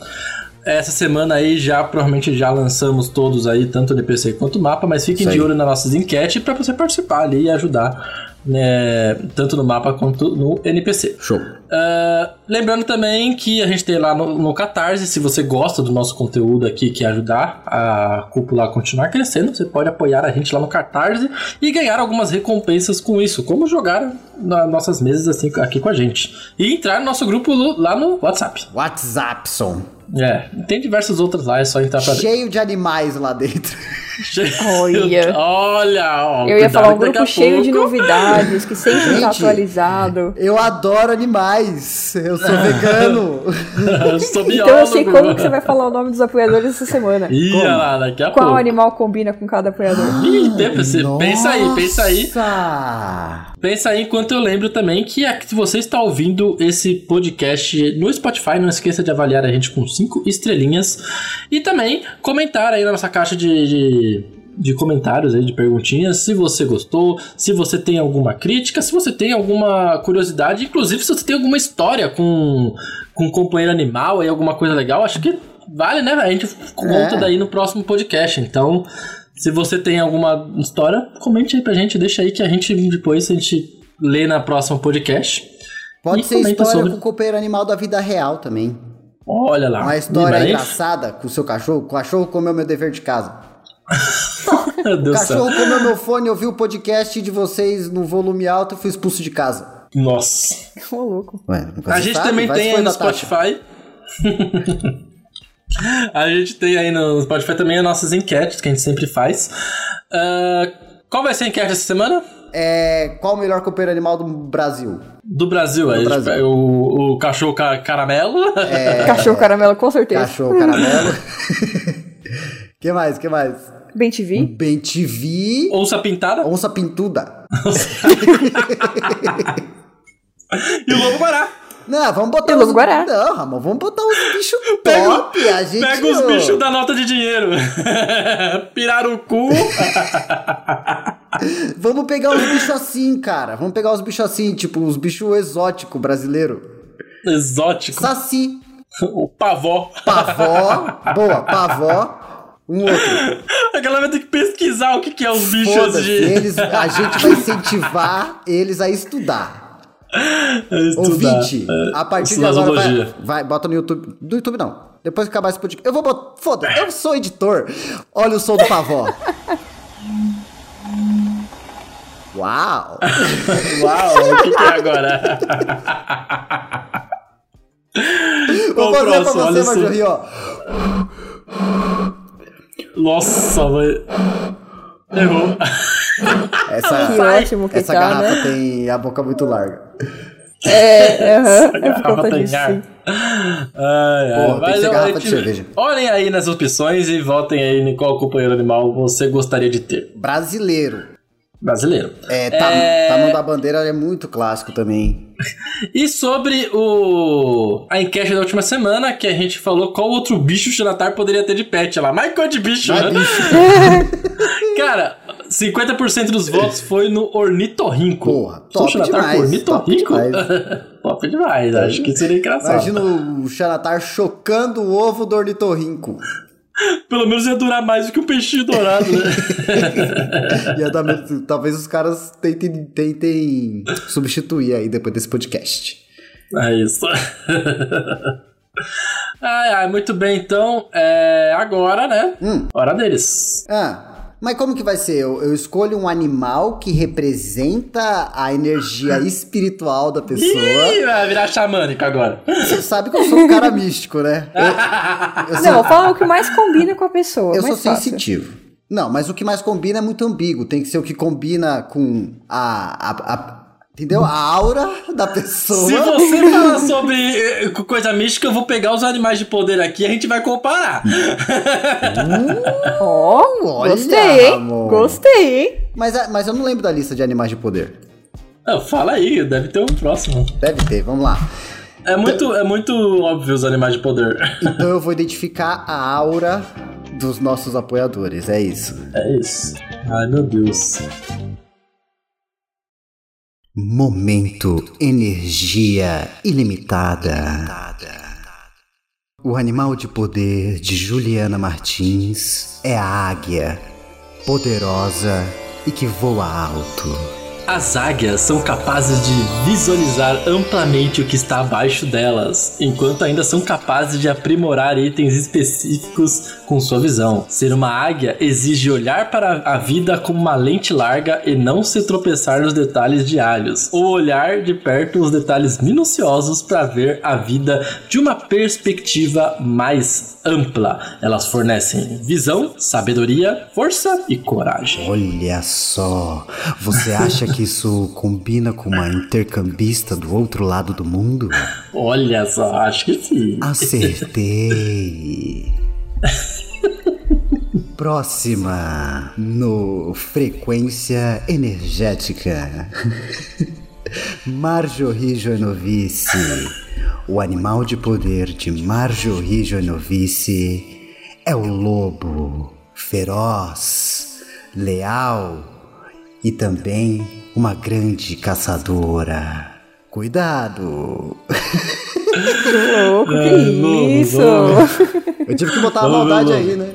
Speaker 3: Essa semana aí já provavelmente já lançamos todos aí, tanto o NPC quanto o mapa, mas fiquem
Speaker 1: Isso
Speaker 3: de
Speaker 1: aí.
Speaker 3: olho nas nossas enquetes para você participar ali e ajudar, né, tanto no mapa quanto no NPC.
Speaker 1: Show.
Speaker 3: Ah, lembrando também que a gente tem lá no, no Catarse, se você gosta do nosso conteúdo aqui, que ajudar a cúpula a continuar crescendo, você pode apoiar a gente lá no Catarse e ganhar algumas recompensas com isso, como jogar nas nossas mesas assim, aqui com a gente. E entrar no nosso grupo lo- lá no WhatsApp.
Speaker 1: WhatsApp, som.
Speaker 3: É, tem diversas outras lá, é só entrar pra
Speaker 1: Cheio de animais lá dentro.
Speaker 2: Olha.
Speaker 3: Olha, ó,
Speaker 2: Eu ia
Speaker 3: cuidado
Speaker 2: falar um
Speaker 3: que daqui a
Speaker 2: grupo cheio de
Speaker 3: pouco-
Speaker 2: novidades, que sempre tá
Speaker 1: Gente.
Speaker 2: atualizado.
Speaker 1: Eu adoro animais. Eu sou vegano.
Speaker 3: Eu
Speaker 2: Então
Speaker 3: sou
Speaker 2: eu
Speaker 3: biólogo.
Speaker 2: sei como que você vai falar o nome dos apoiadores essa semana.
Speaker 3: Ih, olha lá, daqui a
Speaker 2: Qual
Speaker 3: pouco.
Speaker 2: animal combina com cada apoiador?
Speaker 3: Ih, tem- você- pensa aí, pensa aí.
Speaker 1: Nossa.
Speaker 3: Pensa aí enquanto eu lembro também que a- se você está ouvindo esse podcast no Spotify, não esqueça de avaliar a gente com cinco estrelinhas e também comentar aí na nossa caixa de, de, de comentários aí, de perguntinhas, se você gostou, se você tem alguma crítica, se você tem alguma curiosidade, inclusive se você tem alguma história com, com um companheiro animal aí, alguma coisa legal, acho que vale, né? A gente conta
Speaker 1: É.
Speaker 3: daí no próximo podcast, então... Se você tem alguma história, comente aí pra gente, deixa aí que a gente depois a gente lê na próxima podcast.
Speaker 1: Pode
Speaker 3: E
Speaker 1: ser
Speaker 3: comenta
Speaker 1: história
Speaker 3: sobre.
Speaker 1: com o companheiro animal da vida real também.
Speaker 3: Olha lá.
Speaker 1: Uma história
Speaker 3: demais.
Speaker 1: engraçada com o seu cachorro. O cachorro comeu meu dever de casa.
Speaker 3: Meu
Speaker 1: O
Speaker 3: Deus do céu.
Speaker 1: cachorro comeu meu fone, ouviu o podcast de vocês no volume alto e fui expulso de casa.
Speaker 3: Nossa.
Speaker 2: Ô, louco.
Speaker 1: Ué, nunca
Speaker 3: A
Speaker 1: se
Speaker 3: gente
Speaker 1: sabe,
Speaker 3: também
Speaker 1: vai se
Speaker 3: tem
Speaker 1: for
Speaker 3: aí no
Speaker 1: da Tati.
Speaker 3: Spotify. a gente tem aí no Spotify também as nossas enquetes que a gente sempre faz. Ah, qual vai ser a enquete essa semana?
Speaker 1: É, qual o melhor companheiro animal do Brasil?
Speaker 3: Do Brasil, a gente
Speaker 1: Brasil. É.
Speaker 3: pega O, o cachorro ca- caramelo.
Speaker 2: Cachorro caramelo, com certeza.
Speaker 1: Cachorro caramelo. que mais? Que mais?
Speaker 2: Bem TV.
Speaker 1: Bem TV.
Speaker 3: Onça pintada
Speaker 1: Onça pintuda. um
Speaker 3: e o lobo guará.
Speaker 1: Não, vamos botar
Speaker 2: E
Speaker 1: os
Speaker 2: lobo guará.
Speaker 1: Não, Ramon, vamos botar os bichos
Speaker 3: Pega o-
Speaker 1: top. a gente
Speaker 3: Pega os
Speaker 1: não-
Speaker 3: bichos da nota de dinheiro. Pirarucu.
Speaker 1: Vamos pegar os bichos assim, cara. Vamos pegar os bichos assim, tipo, os bichos exóticos brasileiro.
Speaker 3: Exótico.
Speaker 1: Saci,
Speaker 3: O pavó.
Speaker 1: pavó. boa, pavó. Um outro.
Speaker 3: A galera tem que pesquisar o que, que é os bichos
Speaker 1: Foda-se.
Speaker 3: de.
Speaker 1: Eles, a gente vai incentivar eles a estudar.
Speaker 3: Estudar. É,
Speaker 1: Ouvinte, a partir de agora
Speaker 3: Zoologia.
Speaker 1: vai, vai, bota no YouTube. Do YouTube não. Depois que acabar esse podcast. Eu vou botar. Foda, eu sou editor. Olha o som do pavó. Uau! Ah,
Speaker 3: Uau, o que, que é agora?
Speaker 1: Vou
Speaker 3: Ô,
Speaker 1: fazer pra
Speaker 3: próximo, olha
Speaker 1: você,
Speaker 3: só.
Speaker 1: Major ó.
Speaker 3: Nossa, velho. Errou.
Speaker 2: Que
Speaker 1: Essa,
Speaker 2: ótimo que
Speaker 1: essa
Speaker 2: tá,
Speaker 1: garrafa
Speaker 2: né?
Speaker 1: tem a boca muito larga.
Speaker 2: É, aham, é por
Speaker 3: Garrafa
Speaker 2: conta
Speaker 3: tem
Speaker 2: disso,
Speaker 3: ar.
Speaker 2: sim.
Speaker 3: Ai, ai.
Speaker 1: Porra, tem que ser
Speaker 3: ó,
Speaker 1: garrafa de
Speaker 3: gente,
Speaker 1: cerveja.
Speaker 3: Olhem aí nas opções e votem aí em qual companheiro animal você gostaria de ter.
Speaker 1: Brasileiro.
Speaker 3: Brasileiro.
Speaker 1: É, tá,
Speaker 3: É.
Speaker 1: Tamanho da Bandeira é muito clássico também.
Speaker 3: E sobre o a enquete da última semana, que a gente falou qual outro bicho o Xanatar poderia ter de pet lá. Mas qual de bicho,
Speaker 1: Vai,
Speaker 3: né?
Speaker 1: bicho.
Speaker 3: Cara, 50% dos votos foi no ornitorrinco.
Speaker 1: Porra,
Speaker 3: Só
Speaker 1: top
Speaker 3: o Xanatar
Speaker 1: demais,
Speaker 3: com ornitorrinco?
Speaker 1: top
Speaker 3: Top demais, acho que seria engraçado.
Speaker 1: Imagina o Xanatar chocando o ovo do ornitorrinco.
Speaker 3: Pelo menos ia durar mais do que um peixinho dourado, né?
Speaker 1: E é da mesma- talvez os caras tentem, tentem substituir aí depois desse podcast.
Speaker 3: É isso. ai, ai, muito bem, então. É, agora, né?
Speaker 1: Hum.
Speaker 3: Hora deles.
Speaker 1: Ah, mas como que vai ser? Eu, eu escolho um animal que representa a energia espiritual da pessoa.
Speaker 3: Ih, vai virar xamânico agora.
Speaker 1: Você sabe que eu sou um cara místico, né?
Speaker 3: Ah,
Speaker 1: Eu, eu sou,
Speaker 2: Ah, Não, fala o que mais combina com a pessoa.
Speaker 1: eu sou
Speaker 2: mais fácil.
Speaker 1: sensitivo. Não, mas o que mais combina é muito ambíguo. Tem que ser o que combina com a. a- a- entendeu? A aura da pessoa.
Speaker 3: Se você falar sobre eh, coisa mística, eu vou pegar os animais de poder aqui e a gente vai comparar.
Speaker 2: Ó,
Speaker 1: Olha,
Speaker 2: gostei, hein?
Speaker 1: amor.
Speaker 2: Gostei, hein?
Speaker 1: Mas, a- mas eu não lembro da lista de animais de poder.
Speaker 3: Ah, Fala aí, deve ter um próximo.
Speaker 1: Deve ter, vamos lá.
Speaker 3: É muito, é muito óbvio os animais de poder.
Speaker 1: Então eu vou identificar a aura dos nossos apoiadores, é isso.
Speaker 3: É isso. Ai, meu Deus.
Speaker 1: Momento Energia Ilimitada. O animal de poder de Juliana Martins é a águia, poderosa e que voa alto.
Speaker 3: As águias são capazes de visualizar amplamente o que está abaixo delas, enquanto ainda são capazes de aprimorar itens específicos com sua visão. Ser uma águia exige olhar para a vida com uma lente larga e não se tropeçar nos detalhes diários, ou olhar de perto os detalhes minuciosos para ver a vida de uma perspectiva mais ampla. Elas fornecem visão, sabedoria, força e coragem.
Speaker 1: Olha só, você acha que isso combina com uma intercambista do outro lado do mundo?
Speaker 3: Olha só, acho que sim.
Speaker 1: Acertei. Próxima no Frequência Energética. Marjorie Joanovice. O animal de poder de Marjorie Joanovice é o lobo, feroz, leal e também uma grande caçadora. Cuidado!
Speaker 2: Que louco, que
Speaker 3: É, novo,
Speaker 2: isso.
Speaker 3: novo.
Speaker 1: Eu tive que botar a
Speaker 3: Vamos ver,
Speaker 1: maldade
Speaker 3: vamos.
Speaker 1: aí, né?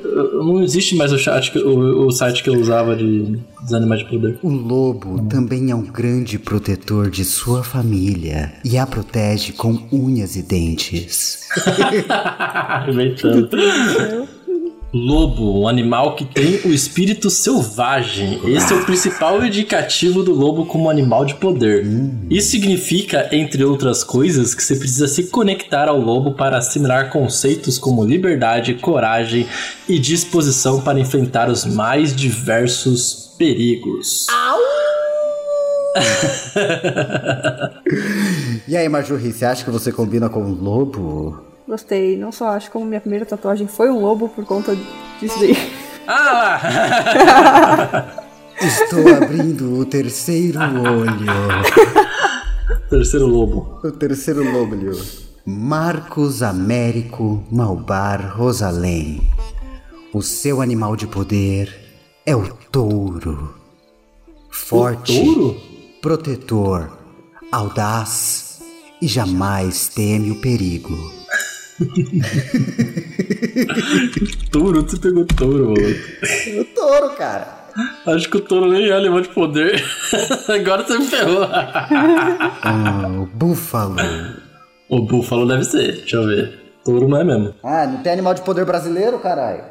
Speaker 3: Não existe mais o, chat que- o- o site que eu usava de dos animais de poder.
Speaker 1: O lobo também é um grande protetor de sua família e a protege com unhas e dentes.
Speaker 3: Inventando. Lobo, um animal que tem o espírito selvagem. Esse é o principal indicativo do lobo como animal de poder. Isso significa, entre outras coisas, que você precisa se conectar ao lobo para assimilar conceitos como liberdade, coragem e disposição para enfrentar os mais diversos perigos.
Speaker 1: E aí, Marjorie, você acha que você combina com o lobo?
Speaker 2: Gostei. Não só acho como minha primeira tatuagem foi um lobo por conta disso daí.
Speaker 3: Ah lá!
Speaker 1: Estou abrindo o terceiro olho.
Speaker 3: Terceiro lobo.
Speaker 1: O terceiro lobo. Marcos Américo Malbar Rosalém. O seu animal de poder é o touro. Forte.
Speaker 3: Touro?
Speaker 1: protetor, audaz e jamais teme o perigo.
Speaker 3: Touro? Tu pegou touro, mano.
Speaker 1: O touro, cara.
Speaker 3: Acho que o touro nem é animal de poder. Agora você me ferrou.
Speaker 1: Ah, o búfalo.
Speaker 3: o búfalo deve ser, deixa eu ver. Touro não é mesmo.
Speaker 1: Ah, não tem animal de poder brasileiro, caralho?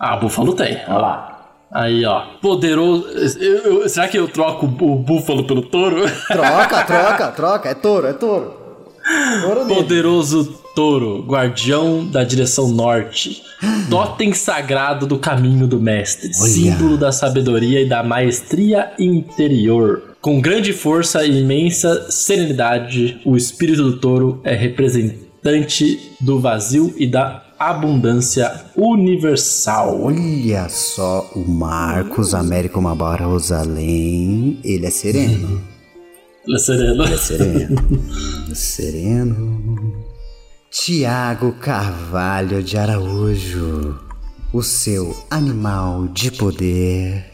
Speaker 3: Ah, búfalo tem.
Speaker 1: Olha lá.
Speaker 3: Aí, ó. Poderoso. eu- eu- será que eu troco o búfalo pelo touro?
Speaker 1: Troca, troca, troca. É touro, é touro. Ouro negro.
Speaker 3: Poderoso touro, guardião da direção norte. Totem sagrado do caminho do mestre.
Speaker 1: Olha.
Speaker 3: Símbolo da sabedoria e da maestria interior. Com grande força e imensa serenidade, o espírito do touro é representante do vazio e da abundância universal.
Speaker 1: Olha só o Marcos Américo Mabara Rosalém. Ele é sereno.
Speaker 3: Olha, Sereno.
Speaker 1: Ele é sereno. sereno. Tiago Carvalho de Araújo. O seu animal de poder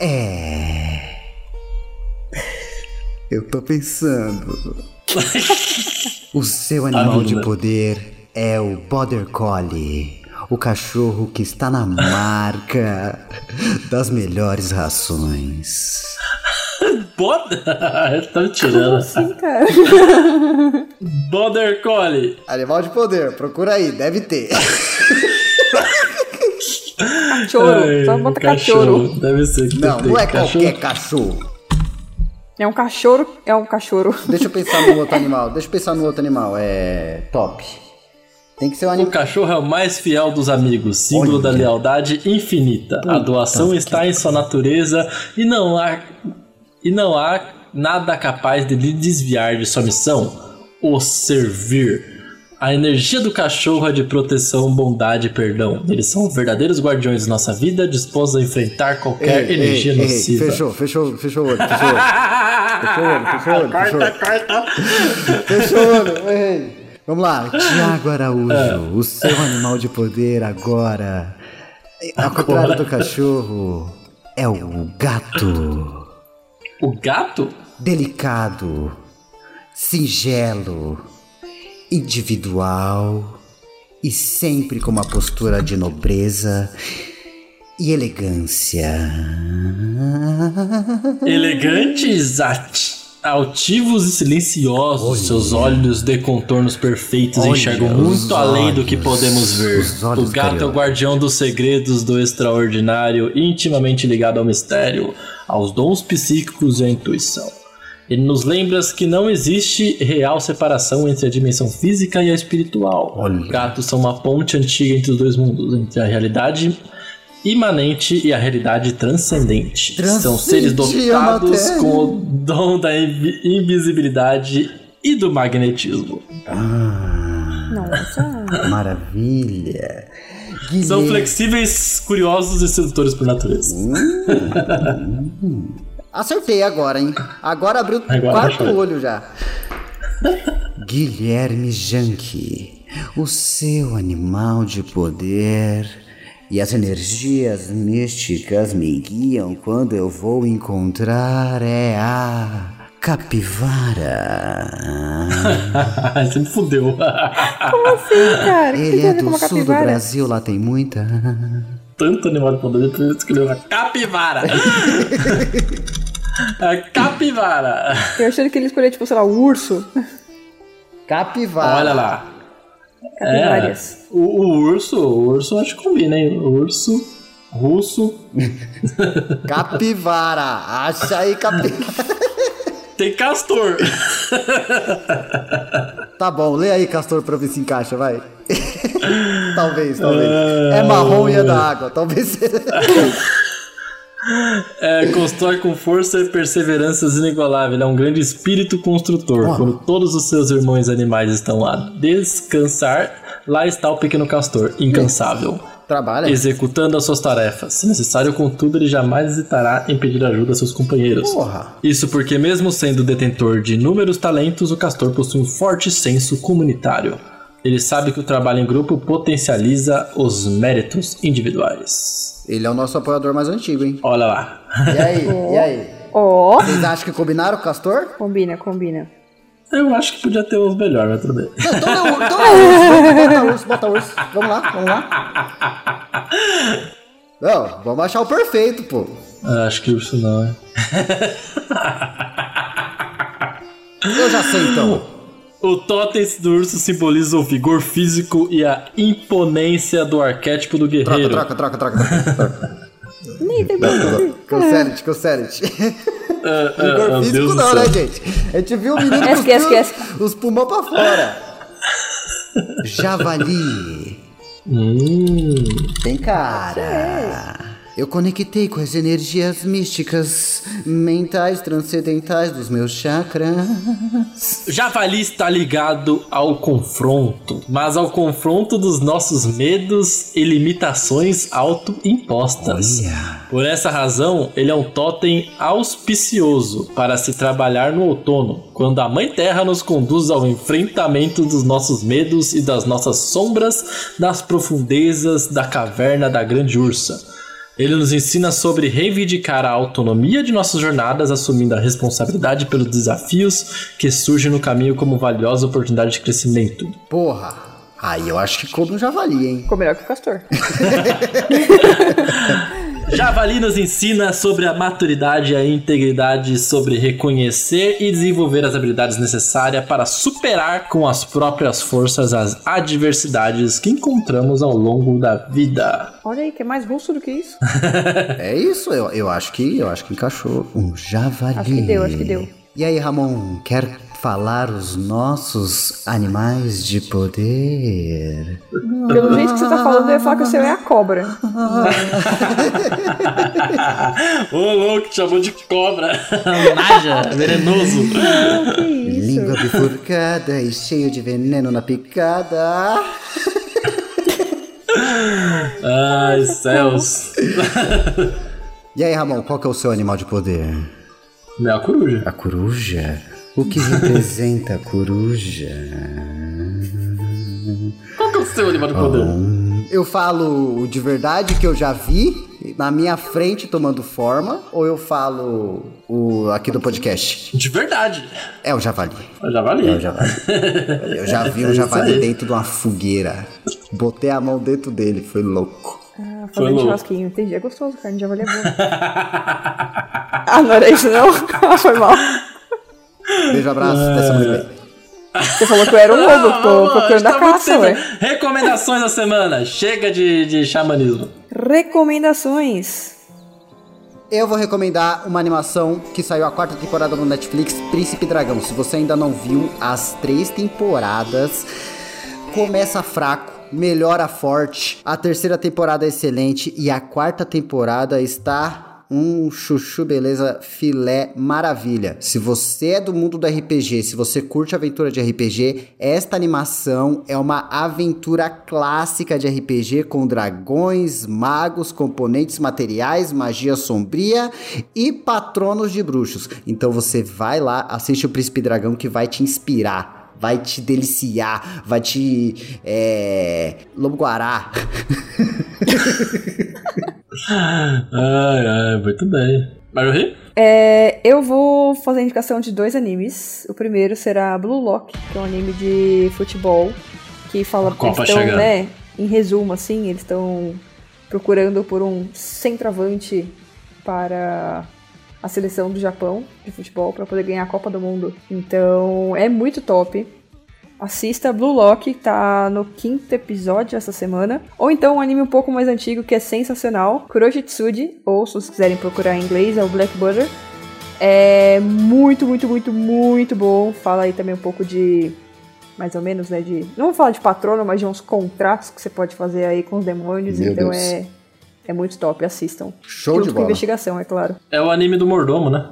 Speaker 1: é. Eu tô pensando. O seu animal de
Speaker 3: dúvida.
Speaker 1: poder é o Border Collie, o cachorro que está na marca das melhores rações.
Speaker 3: Boda? tá me tirando.
Speaker 1: assim?
Speaker 2: Sim, cara.
Speaker 3: Border Collie.
Speaker 1: Animal de poder, procura aí, deve ter.
Speaker 2: Cachorro. Só
Speaker 3: Ai, um
Speaker 2: bota cachorro.
Speaker 3: Deve ser que
Speaker 1: Não,
Speaker 3: tem
Speaker 1: não é
Speaker 3: cachorro.
Speaker 1: qualquer cachorro.
Speaker 2: É um cachorro. É um cachorro.
Speaker 1: Deixa eu pensar no outro animal. Deixa eu pensar no outro animal. É top. Tem que ser um
Speaker 3: O
Speaker 1: animal.
Speaker 3: cachorro é o mais fiel dos amigos, símbolo
Speaker 1: Olha.
Speaker 3: da lealdade infinita. a doação está em sua natureza e não há e não há nada capaz de lhe desviar de sua missão, o servir. A energia do cachorro é de proteção, bondade e perdão. Eles são verdadeiros guardiões de nossa vida, dispostos a enfrentar
Speaker 1: É,
Speaker 3: qualquer energia nociva.
Speaker 1: fechou, fechou, fechou o olho, fechou o olho. Fechou o olho, fechou o olho, fechou o olho. Fechou o olho, errei. Vamos lá, É. Tiago Araújo, o seu animal de poder agora, ao contrário do cachorro, é o gato.
Speaker 3: O gato?
Speaker 1: Delicado, singelo, individual e sempre com uma postura de nobreza e elegância.
Speaker 3: Elegantes, ati- altivos e silenciosos, seus olhos de contornos perfeitos
Speaker 1: Olha,
Speaker 3: enxergam
Speaker 1: os
Speaker 3: muito além do que
Speaker 1: olhos,
Speaker 3: podemos ver.
Speaker 1: os olhos
Speaker 3: O gato é o
Speaker 1: carinhosos.
Speaker 3: guardião dos segredos do extraordinário, intimamente ligado ao mistério, aos dons psíquicos e à intuição. Ele nos lembra que não existe real separação entre a dimensão física e a espiritual.
Speaker 1: Olha.
Speaker 3: Gatos são uma ponte antiga entre os dois mundos, entre a realidade imanente e a realidade transcendente. São seres
Speaker 1: Transcendente,
Speaker 3: dotados
Speaker 1: Amatério.
Speaker 3: com o dom da invi- invisibilidade e do magnetismo.
Speaker 1: Ah,
Speaker 2: Nossa.
Speaker 1: maravilha.
Speaker 3: São
Speaker 1: Guilherme-
Speaker 3: flexíveis, curiosos e sedutores por natureza.
Speaker 1: Acertei agora, hein? Agora abriu o
Speaker 3: Agora
Speaker 1: quarto
Speaker 3: achou.
Speaker 1: olho já. Guilherme Janke, o seu animal de poder. E as energias místicas me guiam quando eu vou encontrar é a capivara.
Speaker 3: Você me fudeu.
Speaker 2: Sim, Tá assim, cara. O que
Speaker 1: Ele
Speaker 2: tem a
Speaker 1: é
Speaker 2: ver com
Speaker 1: do
Speaker 2: uma
Speaker 1: sul do
Speaker 2: capivara?
Speaker 1: Brasil, lá tem muita.
Speaker 3: Tanto animal de poder, por isso escolheu uma capivara. A capivara.
Speaker 2: Eu achando que ele escolheu, tipo, sei lá, o urso.
Speaker 3: É.
Speaker 1: Capivara.
Speaker 3: Olha lá. É,
Speaker 2: Capivaras.
Speaker 3: o, o urso, o urso acho que combina, hein? O urso, russo.
Speaker 1: Capivara. Acha aí, capivara.
Speaker 3: Tem castor.
Speaker 1: Tá bom, lê aí, Castor, pra ver se encaixa, vai. talvez, talvez. É marrom e é da água, talvez seja.
Speaker 3: É, constrói com força e perseverança inigualável. Ele é um grande espírito construtor.
Speaker 1: Olha.
Speaker 3: Quando todos os seus irmãos animais estão a descansar, lá está o pequeno castor, incansável,
Speaker 1: Trabalha.
Speaker 3: executando as suas tarefas. Se necessário, contudo, ele jamais hesitará em pedir ajuda a seus companheiros.
Speaker 1: Porra.
Speaker 3: Isso porque, mesmo sendo detentor de inúmeros talentos, o castor possui um forte senso comunitário. Ele sabe que o trabalho em grupo potencializa os méritos individuais.
Speaker 1: Ele é o nosso apoiador mais antigo, hein?
Speaker 3: Olha lá.
Speaker 1: E aí, e aí?
Speaker 2: Ó.
Speaker 1: Vocês acham que combinaram com o Castor?
Speaker 2: Combina, combina.
Speaker 3: Eu acho que podia ter uns melhores, mas tudo bem.
Speaker 1: Não, então é urso, então é urso. Bota urso, bota urso. Vamos lá, vamos lá. Não, vamos achar o perfeito, pô.
Speaker 3: Ah, acho que urso não, é.
Speaker 1: Eu já sei, então.
Speaker 3: O totem do urso simboliza o vigor físico e a imponência do arquétipo do guerreiro.
Speaker 1: Troca, troca, troca, troca. troca.
Speaker 2: Nem tem problema.
Speaker 1: Cancelete, cancelete. Rigor
Speaker 3: ah,
Speaker 1: físico
Speaker 3: Deus do
Speaker 1: não,
Speaker 3: céu.
Speaker 1: né, gente? A gente viu o menino com os,
Speaker 2: Esquece,
Speaker 1: pul-
Speaker 2: esquece.
Speaker 1: os pulmão pra fora. Javali.
Speaker 3: Hum.
Speaker 1: Tem cara. Eu conectei com as energias místicas, mentais, transcendentais dos meus chakras.
Speaker 3: Javali está ligado ao confronto, mas ao confronto dos nossos medos e limitações autoimpostas.
Speaker 1: Olha.
Speaker 3: Por essa razão, ele é um totem auspicioso para se trabalhar no outono, quando a Mãe Terra nos conduz ao enfrentamento dos nossos medos e das nossas sombras nas profundezas da caverna da Grande Ursa. Ele nos ensina sobre reivindicar a autonomia de nossas jornadas, assumindo a responsabilidade pelos desafios que surgem no caminho como valiosa oportunidade de crescimento.
Speaker 1: Porra. Aí eu acho que coube um javali, hein?
Speaker 2: Ficou melhor que o Castor.
Speaker 3: Javali nos ensina sobre a maturidade e a integridade, sobre reconhecer e desenvolver as habilidades necessárias para superar com as próprias forças as adversidades que encontramos ao longo da vida.
Speaker 2: Olha aí, que é mais russo do que isso.
Speaker 1: É isso, eu, eu acho que eu acho que encaixou. Um javali.
Speaker 2: Acho que deu, acho que deu.
Speaker 1: E aí, Ramon, quer falar os nossos animais de poder?
Speaker 2: Pelo jeito que você tá falando, eu ia falar que o seu é a cobra.
Speaker 3: Ô louco, te chamou de cobra. Naja, venenoso.
Speaker 2: Que isso?
Speaker 1: Língua bifurcada e cheio de veneno na picada.
Speaker 3: Ai, céus.
Speaker 1: E aí, Ramon, qual que é o seu animal de poder?
Speaker 3: Minha coruja.
Speaker 1: A coruja? O que representa a coruja?
Speaker 3: Qual que é o seu animal de poder?
Speaker 1: Hum, Eu falo o de verdade que eu já vi na minha frente tomando forma, ou eu falo o aqui do podcast?
Speaker 3: De verdade.
Speaker 1: É o javali.
Speaker 3: É o Javali.
Speaker 1: É o javali. Eu já vi um
Speaker 3: É isso
Speaker 1: javali
Speaker 3: aí.
Speaker 1: dentro de uma fogueira. Botei a mão dentro dele, foi louco.
Speaker 2: Ah,
Speaker 3: Foi
Speaker 2: fazendo
Speaker 3: louco.
Speaker 2: churrasquinho. Entendi, é gostoso, carne de javali é boa. ah, não era isso não? Foi mal.
Speaker 1: Beijo, abraço, até semana que vem.
Speaker 2: Você falou que eu era um lobo,
Speaker 3: Ah,
Speaker 2: tô procurando
Speaker 3: tá
Speaker 2: a caça, ué.
Speaker 3: Recomendações da semana. Chega de, de xamanismo.
Speaker 2: Recomendações.
Speaker 1: Eu vou recomendar uma animação que saiu a quarta temporada no Netflix, Príncipe Dragão. Se você ainda não viu as três temporadas, começa fraco, melhora forte. A terceira temporada é excelente e a quarta temporada está um chuchu beleza filé maravilha. Se você é do mundo do RPG, se você curte aventura de RPG, esta animação é uma aventura clássica de RPG com dragões, magos, componentes materiais, magia sombria e patronos de bruxos. Então você vai lá, assiste o Príncipe Dragão que vai te inspirar, vai te deliciar, vai te. É. Lobo Guará.
Speaker 3: Ai, ai, muito bem. Mas eu ri?
Speaker 2: É, eu vou fazer a indicação de dois animes. O primeiro será Blue Lock, que é um anime de futebol que fala
Speaker 3: Copa
Speaker 2: eles tão,
Speaker 3: chegando.
Speaker 2: né? Em resumo, assim, eles estão procurando por um centroavante para a seleção do Japão de futebol para poder ganhar a Copa do Mundo. Então é muito top. Assista Blue Lock, tá no quinto episódio essa semana. Ou então um anime um pouco mais antigo que é sensacional, Kuroshitsuji, ou se vocês quiserem procurar em inglês, é o Black Butter. É muito, muito, muito, muito bom. Fala aí também um pouco de. Mais ou menos, né? De. Não vou falar de patrono, mas de uns contratos que você pode fazer aí com os demônios.
Speaker 1: Meu
Speaker 2: então
Speaker 1: Deus.
Speaker 2: é. É muito top, assistam.
Speaker 1: Show de
Speaker 2: Junto com
Speaker 1: bola.
Speaker 2: investigação, é claro.
Speaker 3: É o anime do mordomo, né?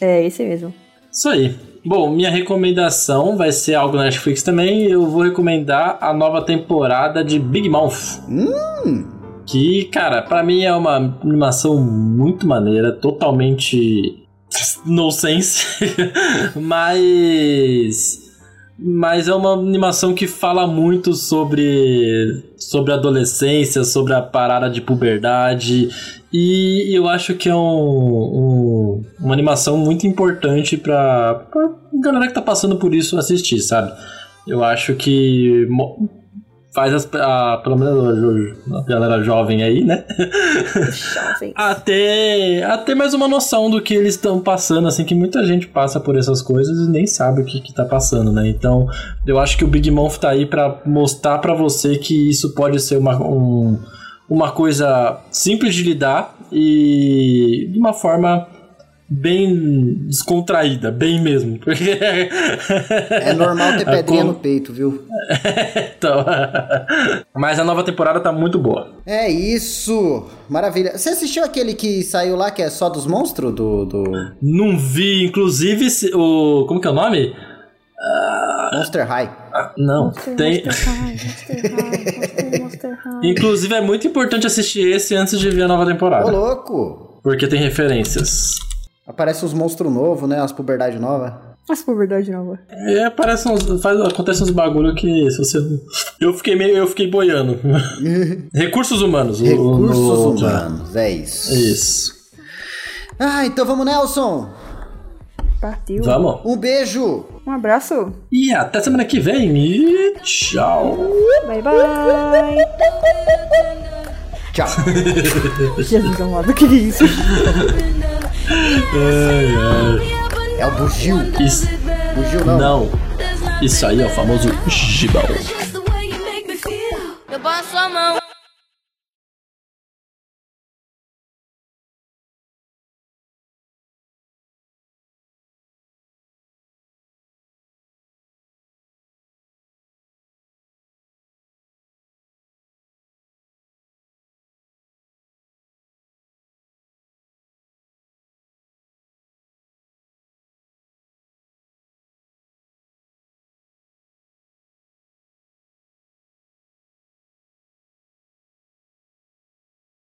Speaker 2: É, esse mesmo.
Speaker 3: Isso aí. Bom, minha recomendação vai ser algo Netflix também. Eu vou recomendar a nova temporada de Big Mouth. Que, cara, pra mim é uma animação muito maneira, totalmente nonsense, mas mas é uma animação que fala muito sobre sobre adolescência, sobre a parada de puberdade e eu acho que é um, um- uma animação muito importante pra, pra galera que tá passando por isso assistir, sabe? Eu acho que mo- faz as, a, pelo menos a galera jovem aí, né?
Speaker 2: Jovem.
Speaker 3: até até mais uma noção do que eles estão passando, assim, que muita gente passa por essas coisas e nem sabe o que, que tá passando, né? Então, eu acho que o Big Mouth tá aí pra mostrar pra você que isso pode ser uma, um- uma coisa simples de lidar e de uma forma bem descontraída, bem mesmo. Porque...
Speaker 1: É normal ter
Speaker 3: A
Speaker 1: pedrinha
Speaker 3: com-
Speaker 1: no peito, viu?
Speaker 3: então, mas a nova temporada tá muito boa.
Speaker 1: É isso! Maravilha. Você assistiu aquele que saiu lá, que é só dos monstros? Do, do
Speaker 3: Não vi, inclusive, se- o. Como que é o nome?
Speaker 1: Monster High?
Speaker 3: Ah, Não, tem. Inclusive, é muito importante assistir esse antes de ver a nova
Speaker 1: Ô,
Speaker 3: temporada.
Speaker 1: louco!
Speaker 3: Porque tem referências.
Speaker 1: Aparece os monstros novos, né? As puberdade nova.
Speaker 2: Mas por verdade nova.
Speaker 3: É, aparece uns, faz, acontece uns bagulho que se você. Eu fiquei meio. Eu fiquei boiando. Recursos humanos. o- o-
Speaker 1: Recursos
Speaker 3: o-
Speaker 1: humanos, é isso.
Speaker 3: Isso.
Speaker 1: Ah, então vamos, Nelson!
Speaker 2: Partiu.
Speaker 3: Vamos.
Speaker 1: Um beijo!
Speaker 2: Um abraço.
Speaker 3: E até semana que vem. E tchau.
Speaker 2: Bye bye.
Speaker 1: Tchau!
Speaker 2: Jesus amado, que isso?
Speaker 1: É o bugio!
Speaker 3: Isso.
Speaker 1: Bugio não.
Speaker 3: é Não. Isso aí é o famoso gibão.